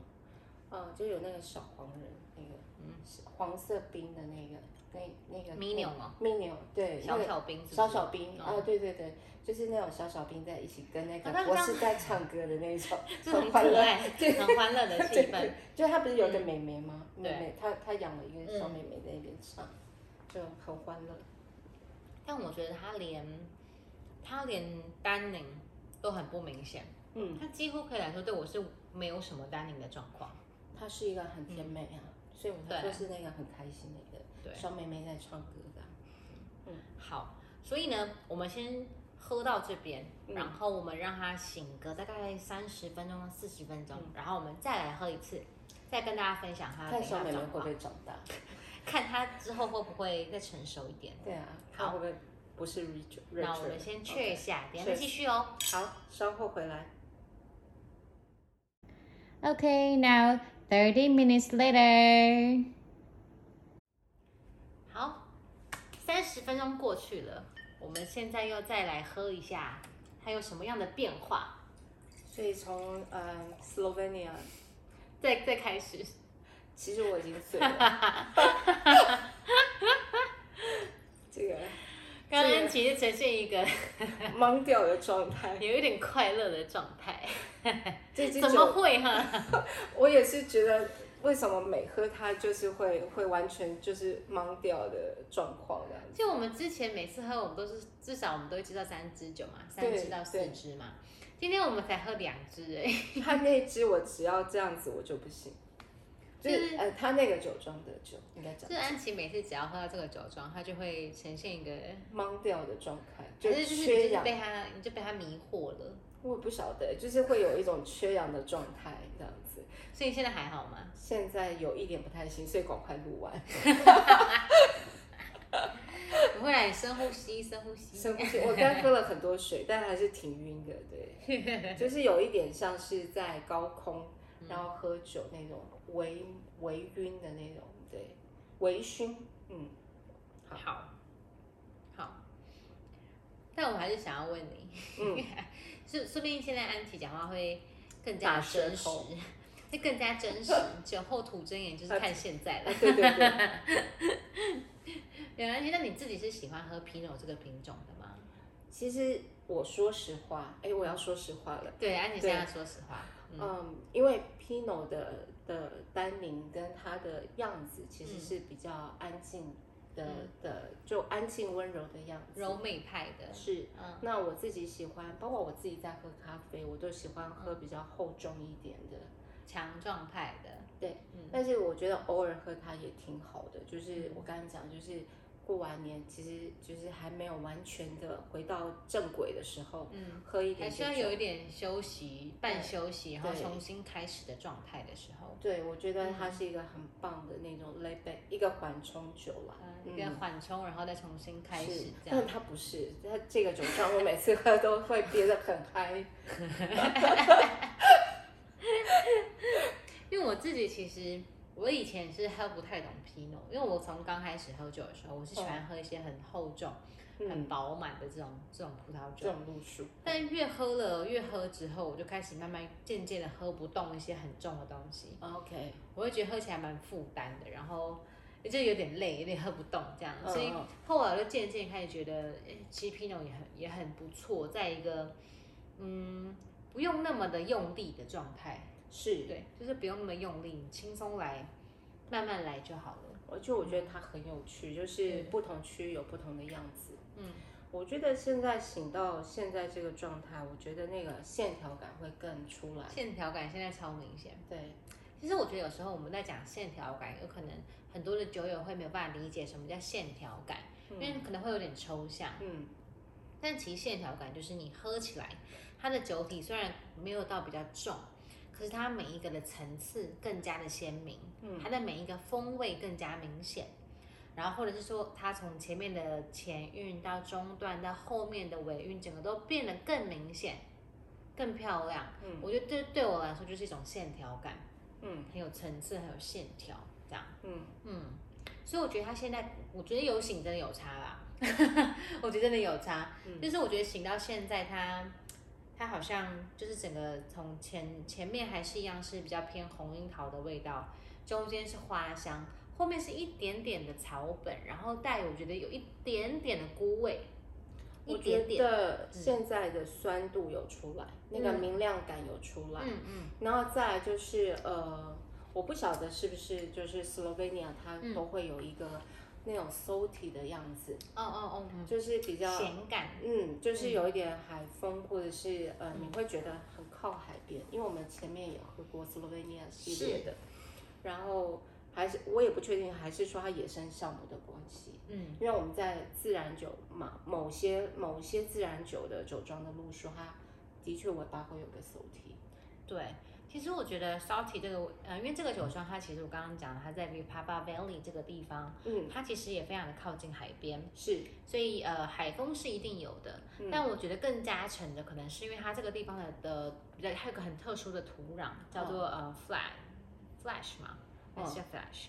B: 呃，就有那个小黄人那个，
A: 嗯
B: 是黄色冰的那个那那个
A: Minion 哦，
B: minion，对，那
A: 小
B: 个
A: 小兵是不是 [laughs]
B: 小小兵啊
A: 哦，
B: 对对对，就是那种小小兵在一起跟那
A: 好像，
B: 个我是在唱歌的那种
A: [laughs] 就是很
B: 欢
A: 可
B: 乐。 [laughs]
A: 爱、很欢乐的气氛。
B: 就他不是有一个妹妹吗？
A: 嗯
B: 妹妹，她她养了一个小妹妹在那边唱，就很欢乐。
A: 但我觉得他连他连单宁都很不明显，
B: 嗯，
A: 他几乎可以来说对我是没有什么单宁的状况。
B: 她是一个很甜美啊，所以我才
A: 对
B: 说是那个很开心的一
A: 嗯对
B: 个小妹妹在唱歌的啊。
A: 好，所以呢，我们先喝到这边，
B: 嗯
A: 然后我们让它醒个大概三十分钟到四十分钟，然后我们再来喝一次，再跟大家分享它啊
B: 嗯看
A: 等一
B: 小
A: 下
B: 妹妹
A: 状
B: 会不
A: 况，
B: 会长大？
A: [laughs] 看它之后会不会再成熟一点。
B: 对啊，
A: 好
B: 她会不会不是 Rachel？
A: 那我们先
B: Rachel？
A: 确一下，等一下再继续哦。
B: 好，稍后回来。
C: Okay, now 30 minutes later.
A: 好，三十分钟过去了，我们现在又再来喝一下，它有什么样的变化？
B: 所以从嗯 Slovenia，
A: 再再开始，
B: 其实我已经
A: [laughs]
B: 醉了。这个
A: 刚刚其实呈现一个 [laughs]
B: 懵掉的状态，
A: 有一点快乐的状态，
B: 这支
A: 怎
B: 酒
A: 么会哈？
B: 我也是觉得，为什么每喝它就是会会完全就是懵掉的状况啊这样子？
A: 就我们之前每次喝，我们都是至少我们都会知道三支酒嘛，三
B: 对
A: 支到四
B: 对
A: 支嘛。今天我们才喝两支哎，
B: [laughs] 它那一支我只要这样子我就不行，就是、
A: 就是
B: 呃，它那个酒庄的酒应该讲
A: 就是安琪每次只要喝到这个酒庄，她就会呈现一个，
B: 懵掉的状态，
A: 可是就是你
B: 缺
A: 就是
B: 氧。
A: 被她，你就被她迷惑了。
B: 我也不晓得，就是会有一种缺氧的状态这样子。
A: 所以你现在还好吗？
B: 现在有一点不太行，所以赶快录完，
A: 你会来深呼吸，深呼吸，
B: 深呼吸。我刚喝了很多水，但还是挺晕的，对，
A: [laughs]
B: 就是有一点像是在高空，
A: 嗯
B: 然后喝酒那种微微晕的那种，对，微醺，
A: [laughs]
B: 嗯，好
A: 好，好，但我还是想要问你，
B: 嗯，
A: 说说不定现在安琪讲话会更
B: 打
A: 加
B: 舌
A: 真实
B: 头，
A: 会更加真实。酒后吐真言就是看现在了
B: 啊。对对对，
A: 原来，那你自己是喜欢喝皮诺这个品种的吗？
B: 其实我说实话，哎，我要说实话了，
A: 对，安琪
B: 对
A: 现在说实话，嗯
B: 嗯，因为 Pinot 的的单宁跟它的样子其实是比较安静的、的，就安静温柔的样子，
A: 柔美派嗯的，
B: 是
A: 嗯
B: 那我自己喜欢，包括我自己在喝咖啡，我都喜欢喝比较厚重一点的。
A: 强壮派的，嗯
B: 但是我觉得偶尔喝它也挺好的，就是我刚才讲，就是过完年，其实就是还没有完全的回到正轨的时候，
A: 嗯，
B: 喝一点
A: 还
B: 点
A: 需要
B: 酒
A: 有一点休息，半休息，然后
B: 对
A: 重新开始的状态的时候，
B: 对，我觉得它是一个很棒的那种 l a b 一个缓冲酒啦。
A: 嗯，一个缓冲，然后再重新开
B: 是
A: 始这
B: 但
A: 样
B: 是。它不是，它这个酒上我每次喝都会憋得很嗨。 [laughs]
A: 因为我自己其实我以前是喝不太懂皮诺，因为我从刚开始喝酒的时候，我是喜欢喝一些很厚重、很
B: 嗯，
A: 饱满的这种这种葡萄
B: 这
A: 酒。
B: 种路数，
A: 但越喝了越喝之后，我就开始慢慢渐渐的喝不动一些很重的东西，
B: OK，
A: 我会觉得喝起来蛮负担的，然后就有点累，有点喝不动这样，
B: 嗯
A: 所以
B: 嗯
A: 后来我就渐渐开始觉得，诶其实 Pinot 也很也很不错，在一个嗯不用那么的用力的状态，
B: 是，
A: 对，就是不用那么用力，你轻松来，慢慢来就好了。
B: 而且我觉得它很有趣，就是
A: 嗯
B: 不同区有不同的样子。
A: 嗯，
B: 我觉得现在醒到现在这个状态，我觉得那个线条感会更出来。
A: 线条感现在超明显。
B: 对，
A: 其实我觉得有时候我们在讲线条感，有可能很多的酒友会没有办法理解什么叫线条感，因为可能会有点抽象。
B: 嗯，
A: 但其实线条感就是你喝起来，它的酒体虽然没有到比较重，可是它每一个的层次更加的鲜明，
B: 嗯
A: 它的每一个风味更加明显。然后或者是说，它从前面的前韵到中段到后面的尾韵，整个都变得更明显、更漂亮。
B: 嗯
A: 我觉得对对我来说就是一种线条感，
B: 嗯
A: 很有层次，很有线条，这样。
B: 嗯，
A: 嗯，所以我觉得他现在，我觉得有醒真的有差啦， [laughs] 我觉得真的有差，
B: 嗯
A: 就是我觉得醒到现在他，他好像就是整个从前前面还是一样是比较偏红樱桃的味道，中间是花香，后面是一点点的草本，然后带我觉得有一点点的菇味，一
B: 我觉
A: 点嗯点，
B: 得现在的酸度有出来，那个明亮感有出来。
A: 嗯嗯
B: 然后再来就是呃，我不晓得是不是就是 Slovenia 它
A: 嗯
B: 都会有一个那种 salty 的样子，
A: 哦哦哦，嗯
B: 就是比较
A: 咸感，
B: 嗯，就是有一点海风，或者是呃，
A: 嗯
B: 你会觉得很靠海边，因为我们前面也喝过 Slovenia 系列的，然后还是我也不确定，还是说它野生酵母的关系，
A: 嗯
B: 因为我们在自然酒嘛，某些某些自然酒的酒庄的路数，它的确尾巴会有个手提，
A: 对，其实我觉得 Salty 这个，呃，因为这个酒庄它其实我刚刚讲了，它在 Vipava Valley 这个地方，
B: 嗯，
A: 它其实也非常的靠近海边，
B: 是，
A: 所以呃，海风是一定有的。
B: 嗯
A: 但我觉得更加成的可能是因为它这个地方的的比较，还有个很特殊的土壤，叫做、
B: 嗯
A: 呃 Flash Flash 嘛，还是叫 Flash。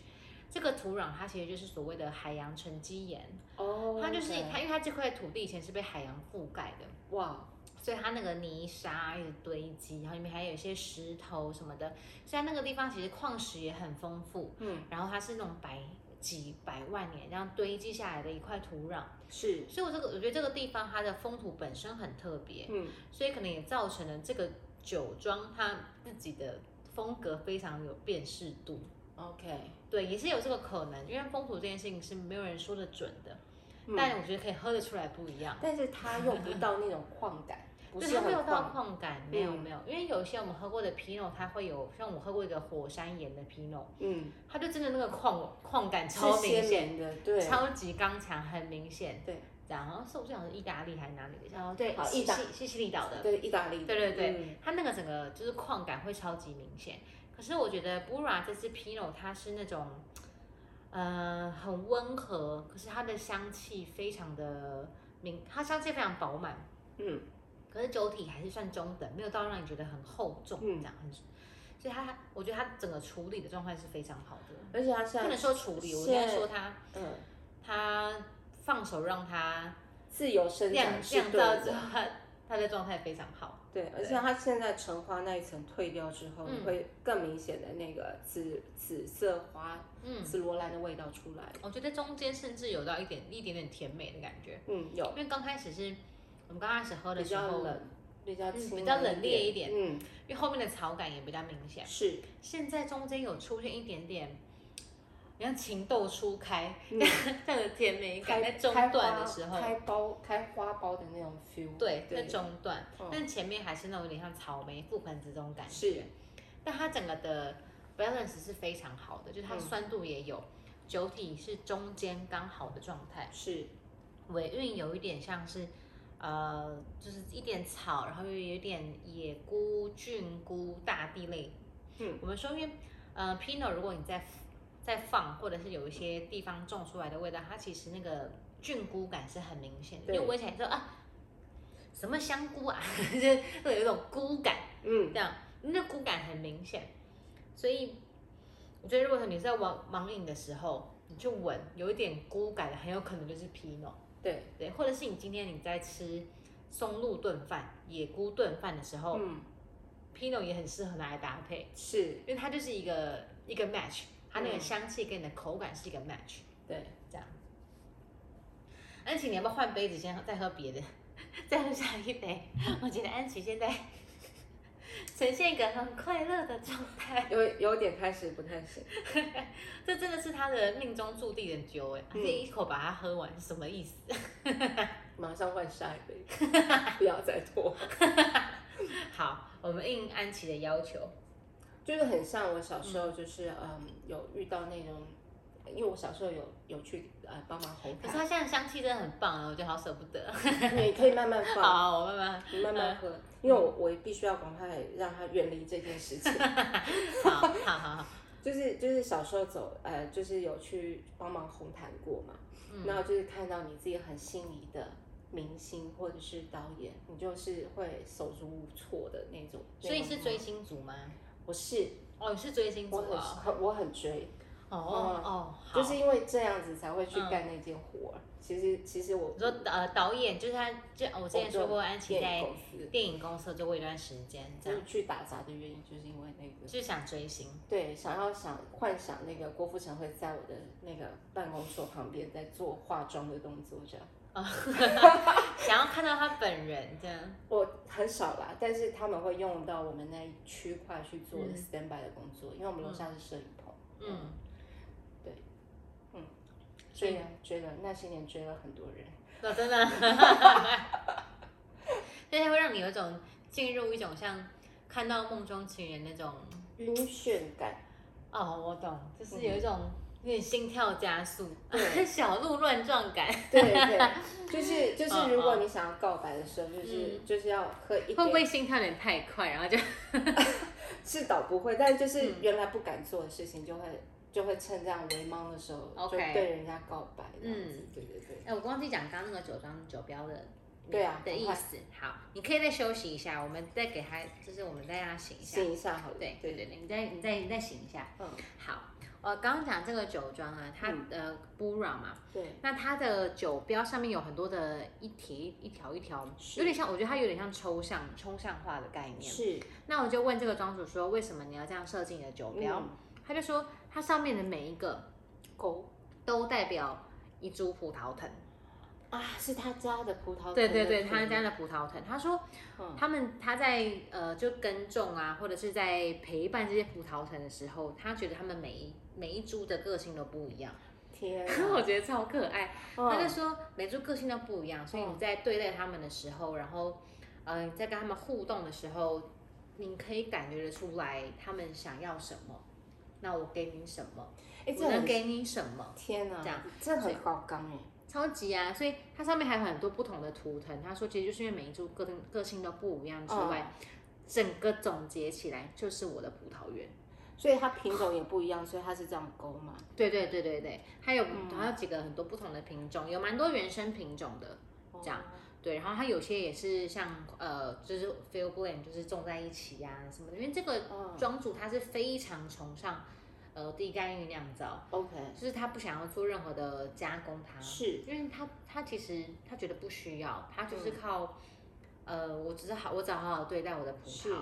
A: 这个土壤它其实就是所谓的海洋沉积岩，
B: 哦，
A: 它就是它，因
B: OK
A: 为它这块土地以前是被海洋覆盖的，
B: 哇，
A: 所以它那个泥沙一直堆积，然后里面还有一些石头什么的，所以它那个地方其实矿石也很丰富，
B: 嗯，
A: 然后它是那种百几百万年这样堆积下来的一块土壤，
B: 是，
A: 所以我这个我觉得这个地方它的风土本身很特别，
B: 嗯，
A: 所以可能也造成了这个酒庄它自己的风格非常有辨识度，
B: OK，
A: 对，也是有这个可能，因为风土这件事情是没有人说得准的，
B: 嗯
A: 但我觉得可以喝得出来不一样。
B: 但是它又不到那种矿感，不
A: 对，
B: 是
A: 它没
B: 很
A: 有到
B: 矿，
A: 矿感，没有
B: 嗯
A: 没有，因为有一些我们喝过的 Pinot，它会有，像我喝过一个火山岩的 Pinot，
B: 嗯，
A: 它就真的那个矿矿感
B: 是
A: 超明
B: 鲜
A: 显，
B: 明的，对，
A: 超级刚强，很明显。
B: 对，
A: 然后是我想是意大利还是哪里的？哦，对，
B: 好
A: 西
B: 意大
A: 西西西里岛的，
B: 对，意大利的，
A: 对对对
B: 嗯，
A: 它那个整个就是矿感会超级明显。可是我觉得 Bura 这支 Pinot 它是那种，呃，很温和，可是它的香气非常的明，它香气非常饱满。
B: 嗯，
A: 可是酒体还是算中等，没有到让你觉得很厚重
B: 嗯
A: 这样，很，所以它我觉得它整个处理的状态是非常好的，
B: 嗯而且它现
A: 不
B: 在，
A: 能说处理，我应该
B: 现在
A: 说它
B: 嗯，
A: 它放手让它
B: 自由生
A: 酿
B: 长是
A: 酿
B: 对
A: 造之
B: 的，
A: 后，它它的状态非常好，
B: 对，而且它现在橙花那一层退掉之后，
A: 嗯
B: 你会更明显的那个紫紫色花、
A: 嗯，
B: 紫罗兰的味道出来，
A: 我觉得中间甚至有到一点一点点甜美的感觉，
B: 嗯，有
A: 因为刚开始是我们刚开始喝的
B: 比
A: 时
B: 较
A: 候，
B: 冷，比较
A: 嗯
B: 清
A: 比
B: 冷
A: 较冷冽一
B: 一
A: 点
B: 嗯，
A: 因为后面的草感也比较明显，
B: 是，
A: 现在中间有出现一点点。好像情窦初开， [laughs]
B: 嗯
A: 这样的甜美感在
B: 开
A: 中
B: 开
A: 段
B: 花
A: 的时候，
B: 开包开花苞的那种 feel，
A: 对，在
B: 对，
A: 中段，
B: 嗯
A: 但前面还是那种有点像草莓覆盆子这种感觉。
B: 是，
A: 但它整个的 balance 是非常好的，就是它
B: 嗯
A: 酸度也有，酒体是中间刚好的状态，
B: 是
A: 尾韵有一点像是，呃，就是一点草，然后又有点野菇、菌菇、大地类。
B: 嗯，
A: 我们说，因为呃，Pinot 如果你在在放，或者是有一些地方种出来的味道，它其实那个菌菇感是很明显的，
B: 对
A: 就闻起来说啊，什么香菇啊， [laughs] 就是会有一种菇感。
B: 嗯
A: 这样，那骨感很明显。所以我觉得，如果你在网盲饮的时候，你就闻有一点菇感的，很有可能就是 Pinot，
B: 对，
A: 对，或者是你今天你在吃松露炖饭、野菇炖饭的时候、
B: 嗯
A: p i n o t 也很适合拿来搭配，
B: 是，
A: 因为它就是一个一个 match，它那个
B: 嗯
A: 香气跟你的口感是一个 match，
B: 对，
A: 这样。安琪，你要不要换杯子先喝，再喝别的， [laughs] 再喝下一杯？ [laughs] 我觉得安琪现在呈现一个很快乐的状态。 [laughs]
B: 有有点开始不太行，
A: 这真的是他的命中注定的酒哎，他
B: 嗯
A: 这一口把它喝完是什么意思？
B: 马上换下一杯， [laughs] 不要再拖，
A: 好，我们应安琪的要求，
B: 就是很像我小时候，就是嗯，有遇到那种，因为我小时候有有去呃帮忙红
A: 可是
B: 毯，
A: 它现在香气真的很棒啊，我觉得好舍不得。 [laughs]
B: 你可以慢慢放，
A: 好，我慢慢
B: 你慢慢
A: 嗯
B: 喝，因为我我必须要赶快让他远离这
A: [laughs]
B: 件事情。
A: 好，好
B: [laughs]
A: 好好，
B: 就是就是小时候走，呃，就是有去帮忙红毯过嘛，
A: 嗯
B: 然后就是看到你自己很心仪的明星或者是导演，你就是会手足无措的那种。
A: 所以你
B: 那种
A: 是追星族吗？
B: 我是
A: 哦，你是追星
B: 我
A: 族
B: 很
A: 啊？
B: 很我很追，
A: 哦哦，好嗯
B: 就是因为这样子才会去干那件活儿。其实其实我
A: 你说呃导演就是他，就我之前说过安琪
B: 电影
A: 在
B: 公司，
A: 电影公司做过一段时间，这
B: 就
A: 样
B: 是去打杂的原因，就是因为那个
A: 就是想追星。
B: 对，想要想幻想那个郭富城会在我的那个办公桌旁边在做化妆的动作这样。
A: 哦 [laughs] 想要看到他本人这样，
B: 我很少啦，但是他们会用到我们那一区块去做
A: 嗯
B: standby 的工作，因为我们楼下是摄影棚，
A: 嗯，
B: 追
A: 啊
B: 了追了，那些年追了很多人，
A: 那哦真的， [laughs] 所以它会让你有一种进入一种像看到梦中情人那种，
B: 晕眩
A: [laughs]
B: 感，
A: 哦，我懂，就是有一种有点心跳加速， [laughs] 小鹿乱撞感，
B: 对对，就是就
A: 嗯
B: 是如果你想要告白的时候，就是、就是要喝一
A: 会不
B: 点，
A: 会心跳有点太快，然后就
B: [laughs] 是倒不会，但就是
A: 嗯
B: 原来不敢做的事情，就会就会趁这样微茫的时候
A: OK
B: 就对人家告白，
A: 嗯
B: 嗯，对对对，
A: 哎、我忘记讲刚刚那个酒庄酒标的，
B: 对啊
A: 的意思。好，你可以再休息一下，我们再给他，就是我们再让他醒一下。
B: 醒一下好了，
A: 对对
B: 对
A: 对，对，你再你再你再醒一下。
B: 嗯，
A: 好，我刚刚讲这个酒庄啊，它、
B: 嗯
A: 呃 Bura 嘛，
B: 对，
A: 那它的酒标上面有很多的一题一条一条，有点像，我觉得它有点像抽象抽象化的概念。
B: 是
A: 那我就问这个庄主说，为什么你要这样设计你的酒标？
B: 嗯
A: 他就说，它上面的每一个
B: 狗
A: 都代表一株葡萄藤。
B: 啊，是他家的葡萄，
A: 对对对，他家。的葡萄藤。他说
B: 嗯，
A: 他们他在呃就耕种啊，或者是在陪伴这些葡萄藤的时候，他觉得他们每一每一株的个性都不一样，
B: 天、
A: 我 [laughs]
B: 啊，
A: 觉得超可爱。他就
B: 嗯
A: 说每株个性都不一样，所以你在对待他们的时候，然后呃你在跟他们互动的时候，你可以感觉得出来他们想要什么，那我给你什么，
B: 哎，
A: 我
B: 这
A: 能
B: 很
A: 给你什么，
B: 天哪，
A: 这样
B: 这很高纲哎，
A: 超级啊！所以它上面还有很多不同的图腾。他说，其实就是因为每一株个性个性都不一样之外，
B: 嗯
A: 整个总结起来就是我的葡萄园。
B: 所以它品种也不一样，所以它是这样勾嘛。
A: 对对对对对，还有、
B: 嗯
A: 还有几个很多不同的品种，有蛮多原生品种的。
B: 哦
A: 这样对，然后它有些也是像呃，就是 feel blend，就是种在一起呀、什么的。因为这个
B: 哦，嗯
A: 庄主他是非常崇尚呃低干预酿造，
B: ，OK，
A: 就是他不想要做任何的加工它，
B: 哦是嗯
A: 因为他他其实他觉得不需要，他就是靠、呃，我只是好，我只要好好对待我的葡
B: 是
A: 萄，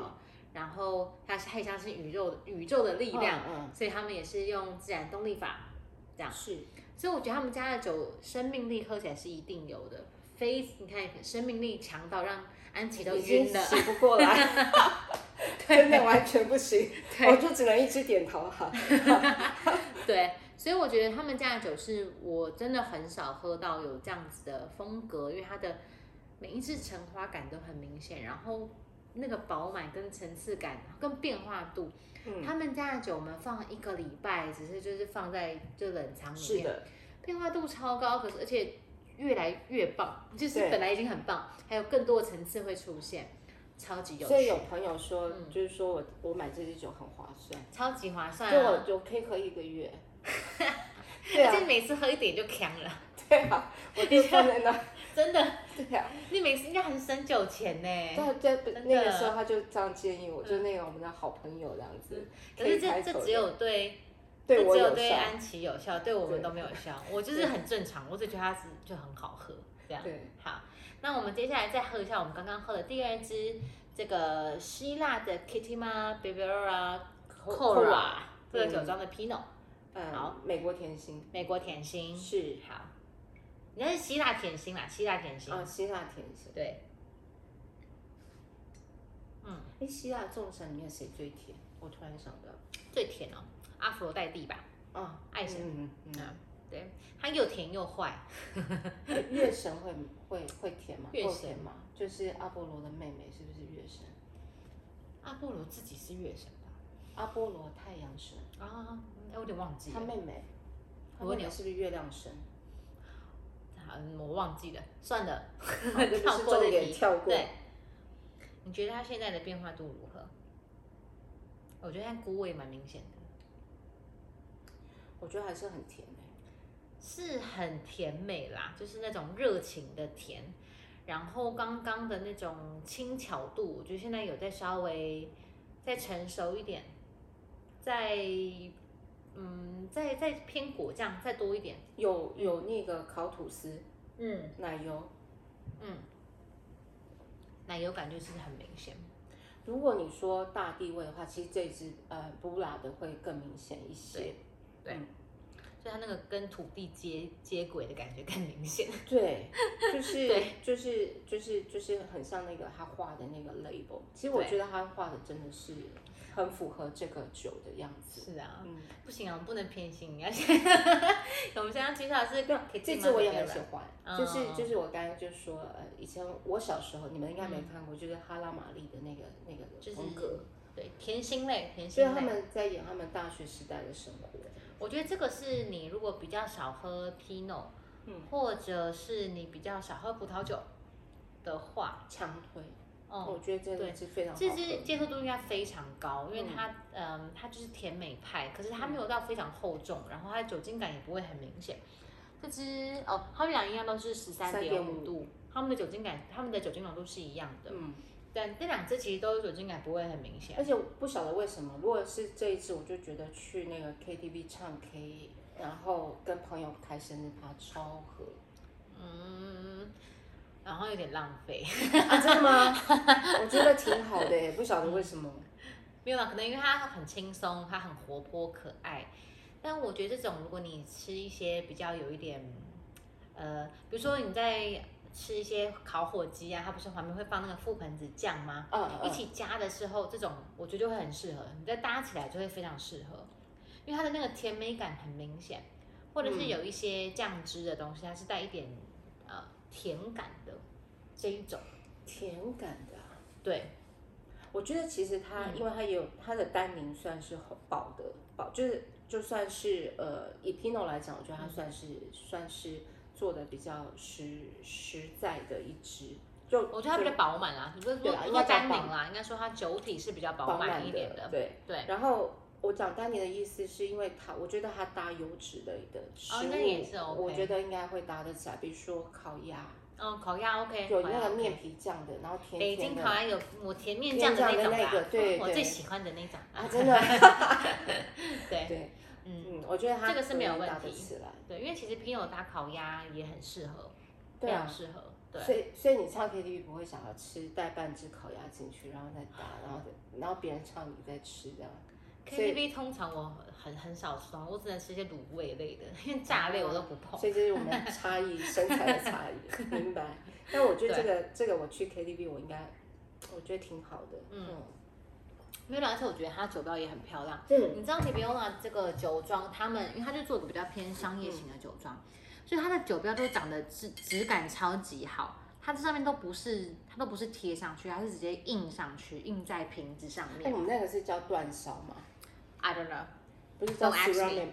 A: 然后他他也相信宇宙宇宙的力量，，
B: 嗯
A: 所以他们也是用自然动力法这样
B: 嗯，。是
A: 所以我觉得他们家的酒生命力喝起来是一定有的，非你看生命力强到让安琪都
B: 已经
A: 晕了，
B: 醒不过来，
A: [laughs]
B: 真的完全不行，我就只能一直点头哈。
A: 对，所以我觉得他们家的酒是我真的很少喝到有这样子的风格，因为它的每一次橙花感都很明显，然后那个饱满跟层次感跟变化度，
B: 嗯，
A: 他们家的酒我们放一个礼拜，只是就是放在就冷藏里
B: 是
A: 面，
B: 的，
A: 变化度超高，可是而且越来越棒，就是
B: 对
A: 本来已经很棒，还有更多的层次会出现，超级有
B: 所以
A: 趣
B: 有，朋友说，
A: 嗯
B: 就是说我我买这支酒很划算，
A: 超级划算、
B: 就我
A: 啊。
B: 就可以喝一
A: [laughs]
B: 个月。对
A: 而
B: 啊，
A: 且每次喝一点就强了，
B: 对啊，我就
A: [laughs]
B: 放在那。
A: 真的，
B: 对啊，
A: 你每次应该很省酒钱呢。
B: 他在
A: 的嗯
B: 那个时候他就这样建议我，就那个我们的好朋友这样子。
A: 可
B: 可以
A: 是这
B: 开
A: 这
B: 口
A: 只有对，
B: 对
A: 这
B: 我
A: 只有
B: 有
A: 对
B: 效。
A: 安琪有效，对我们
B: 对
A: 都没有效。我就是很正常，我只觉得它是就很好喝这样。
B: 对，
A: 好，那我们接下来再喝一下我们刚刚喝的第二支这个希腊的 Kittima Bibera Cora 这个酒庄的 Pinot，、
B: 嗯，
A: 好
B: 美国甜心
A: 美国甜心。
B: 是
A: 好，那是希腊甜心啦，希腊甜心。
B: 啊，希腊甜心。
A: 对，嗯，
B: 哎，希腊众神里面谁最甜？我突然想到，
A: 最甜哦，阿佛罗代蒂吧，
B: 啊，
A: 爱神。
B: 嗯嗯
A: 啊对，它又甜又坏，
B: 嗯，月神会会会甜吗？
A: 啊月
B: 够
A: 神
B: 甜吗？就是阿波罗的妹妹是不是月神？
A: 阿波罗自己是月神吧？
B: 阿波罗太阳神，哦
A: 啊，哎，我有点忘记
B: 他
A: 了，
B: 妹妹，他
A: 我有
B: 妹
A: 点
B: 妹是不是月亮神？
A: 好嗯我忘记了，算
B: [laughs]
A: 了，
B: 这不
A: 跳
B: 是
A: 过
B: 重
A: 这
B: 点，
A: 题。
B: 跳过。
A: 对，你觉得它现在的变化度如何？我觉得它菇味蛮明显的，
B: 我觉得还是很甜的、
A: 是很甜美啦，就是那种热情的甜，然后刚刚的那种轻巧度，我觉得现在有在稍微再成熟一点，再嗯，再再偏果酱再多一点，
B: 有有那个烤吐司
A: 嗯
B: 奶油。
A: 嗯，奶油感觉是很明显，
B: 如果你说大地味的话，其实这一支呃布拉的会更明显一些。
A: 就它那个跟土地接接轨的感觉更明显。
B: 对，
A: 对
B: 就 [laughs] 是就是就是就是很像那个他画的那个 label。其实我
A: 对
B: 觉得他画的真的是很符合这个酒的样子。
A: 是啊，
B: 嗯，
A: 不行啊，我们不能偏心。而且 [laughs] 我们现在介绍的是
B: 那这支我也很喜欢，
A: 嗯
B: 就是就是我刚刚就说，呃，以前我小时候你们应该没看过，就是哈拉玛丽的那个那
A: 嗯就是
B: 个风格，
A: 对甜心类，甜
B: 所
A: 心
B: 以他
A: 类。
B: 们在演他们大学时代的生活。
A: 我觉得这个是你如果比较少喝 Pinot，、
B: 嗯
A: 或者是你比较少喝葡萄酒的话，
B: 强推，
A: 嗯，
B: 我觉得真
A: 对
B: 的是非常好
A: 这
B: 喝。
A: 支接受度应该非常高，因为
B: 嗯
A: 它，嗯、它就是甜美派，可是它没有到非常厚重，然后它的酒精感也不会很明显。这支哦，它们俩一样都是十三点五
B: 13.5
A: 度，它们的酒精感，它们的酒精浓度是一样的。
B: 嗯，
A: 但这两支其实都酒精感不会很明显
B: 而。且我不晓得为什么，如果是这一次，我就觉得去那个 KTV 唱 K，然后跟朋友开生日趴超合。
A: 嗯，然后有点浪费， [laughs]
B: 啊，真的吗？我觉得挺好的耶，不晓得为什么。
A: 没有啦，可能因为它很轻松，它很活泼可爱。但我觉得这种，如果你吃一些比较有一点，呃，比如说你在吃一些烤火鸡啊，它不是旁边会放那个覆盆子酱吗？
B: 嗯
A: 一
B: 嗯，
A: 起加的时候，这种我觉得就会很适合，你再搭起来就会非常适合，因为它的那个甜美感很明显，或者是
B: 嗯
A: 有一些酱汁的东西，它是带一点呃甜感的这一种，
B: 甜感的啊、
A: 对，
B: 我觉得其实它，
A: 嗯
B: 因为它也有它的单宁算是很饱的，饱就是就算是呃，以 Pinot 来讲，我觉
A: 嗯
B: 得它算是、算是做的比较实实在的一支。就
A: 我觉得它比较饱满啦，你不是说
B: 对啊
A: 不
B: 应
A: 说
B: 该叫
A: 单
B: 饱
A: 宁啦，应该说它酒体是比较饱
B: 饱
A: 满
B: 满
A: 一点的。
B: 对。
A: 对，
B: 然后我讲丹尼的意思是因为它，我觉得它搭油脂类的食物，
A: 哦那也是 OK
B: 我觉得应该会搭得起来，比如说烤鸭，
A: 嗯，烤鸭 OK，
B: 有
A: 烤
B: 那
A: 鸭
B: 个
A: OK
B: 面皮酱的，然后甜
A: 北
B: 甜的。
A: 京烤鸭有我甜面酱
B: 甜
A: 的
B: 酱
A: 那种
B: 的那
A: 啦
B: 个，
A: [laughs]
B: 对
A: 我
B: 对
A: 最喜欢的那种
B: 啊，
A: [laughs]
B: 真的，
A: 对
B: 对，啊
A: 嗯，
B: 嗯，我觉得它
A: 这个是没有
B: 可以
A: 问
B: 搭得
A: 题
B: 起来，
A: 对，因为其实 Pinot 搭烤鸭也很适合，
B: 对
A: 非
B: 啊
A: 常。适合。对，
B: 所以，所以你唱 KTV 不会想要吃带半只烤鸭进去，然后再搭，然后再然后别人唱你再吃这样。所以
A: KTV 通常我很很少吃东西，我只能吃一些卤味类的，因为
B: 哦
A: 炸类我都不碰。
B: 所以这是我们差异身材的差
A: [laughs]
B: 异，明白？但我觉得这个这个我去 KTV 我应该，我觉得挺好的。
A: 嗯没有啦，而且我觉得它酒标也很漂亮。
B: 嗯
A: 你知道 t i b i o n a 这个酒庄，他们因为它就做一个比较偏商业型的酒庄，所以它的酒标都长得质质感超级好。它这上面都不是，它都不是贴上去，它是直接印上去，印在瓶子上
B: 哎，
A: 面
B: 我。们那个是叫煅烧吗？
A: I don't know，
B: 不是叫
A: Don't ask me
B: ceramic，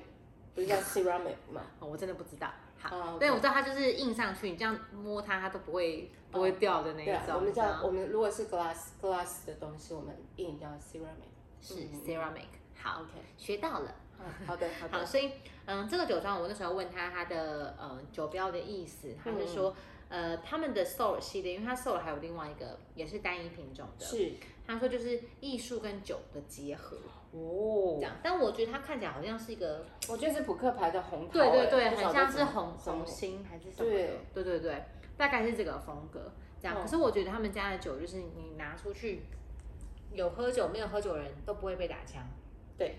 B: 不是叫 ceramic 吗？
A: 哦我真的不知道。好，
B: 啊，
A: 但我知道它就是印上去，你这样摸它，它都不会不会掉的那一
B: 对啊，
A: 种。
B: 我们
A: 你知道
B: 叫我们如果是 glass glass 的东西，我们硬叫 ceramic。
A: 是
B: 嗯
A: ceramic。好，
B: OK，
A: 学到了。
B: 嗯好的好
A: 好，
B: 的，
A: 所以嗯，这个酒庄我那时候问他它的呃酒标的意思，他是
B: 嗯
A: 说、呃他们的 soul 系列，因为它 soul 还有另外一个也是单一品种的，
B: 是
A: 他说就是艺术跟酒的结合
B: 哦
A: 这，样，但我觉得它看起来好像是一个，
B: 我觉得是扑克牌的红桃，
A: 对对对，
B: 哎
A: 很像是红，
B: 不晓得
A: 红
B: 怎么
A: 心还是什么的，
B: 对，
A: 对对对，大概是这个风格这样。
B: 嗯
A: 可是我觉得他们家的酒就是你拿出去，有喝酒没有喝酒的人都不会被打枪。
B: 对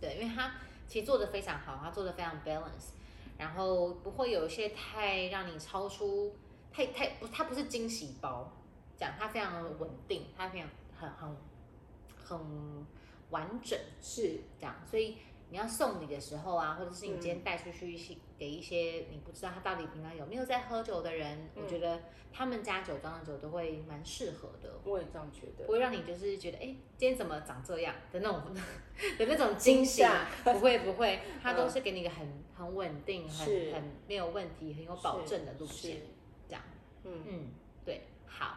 A: 对，因为它其实做的非常好，它做的非常 balance，然后不会有一些太让你超出太太不，它不是惊喜包，讲它非常稳定，它非常很很很完整
B: 是
A: 这样，所以。你要送礼的时候啊，或者是你今
B: 嗯
A: 天带出去一些、给一些你不知道他到底平常有没有在喝酒的人，
B: 嗯
A: 我觉得他们家酒庄的酒都会蛮适合的，
B: 我也这样觉
A: 不
B: 得，
A: 会让你就是觉得哎、诶今天怎么长这样的那种 [laughs] 的那种惊喜，不会不会，它都是给你一个很很稳定、很
B: 嗯是
A: 很没有问题、很有保证的路
B: 是
A: 线，，这样。
B: 嗯，
A: 嗯，对，好。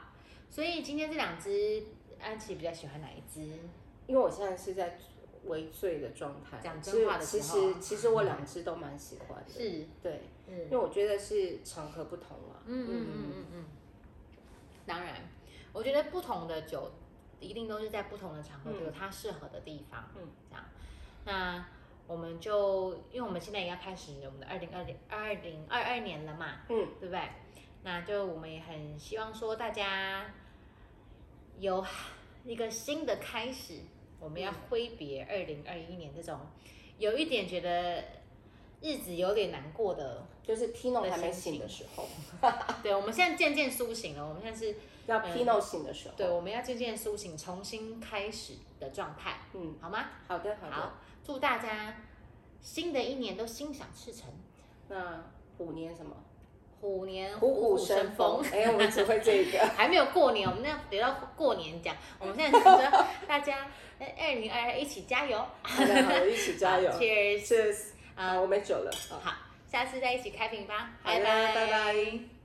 A: 所以今天这两只，安琪比较喜欢哪一只？
B: 因为我现在是在微醉的状态，
A: 讲真
B: 所以
A: 话的
B: 其
A: 时候
B: 实其实我两只都蛮喜欢的，
A: 是，
B: 对，
A: 嗯
B: 因为我觉得是场合不同了，
A: 嗯嗯嗯嗯嗯。当然，我觉得不同的酒一定都是在不同的场合
B: 嗯
A: 有它适合的地方，
B: 嗯
A: 嗯，这样。那我们就，因为我们现在也要开始我们的二零二零二零二二年了嘛，
B: 嗯，
A: 对不对？那就我们也很希望说大家有一个新的开始，我们要
B: 嗯
A: 挥别二零二一年这种有一点觉得日子有点难过的。
B: 就是 Pino
A: 的
B: 还
A: 心
B: 没醒
A: 情
B: 的时候，
A: 对，我们现在渐渐苏醒了，我们现在是
B: 要
A: 嗯
B: Pino 醒的时哦候，
A: 对，我们要渐渐苏醒，重新开始的状态，
B: 嗯，
A: 好吗？
B: 好的好的，
A: 好，祝大家新的一年都心想事成，
B: 那虎年什么？
A: 虎年
B: 嗯虎
A: 虎
B: 生
A: 生
B: 风
A: 风。，
B: 哎，我们只会这 [laughs] 个。
A: [laughs] 还没有过年，我们那留到过年讲。我们现在就是
B: [laughs]
A: 说大家呃二零二二一起加油，
B: 好的，好的，一起加油
A: Cheers！
B: ！Cheers！啊，
A: 啊
B: 我没酒了，好
A: 好，下次再一起开屏吧，
B: 好的拜拜。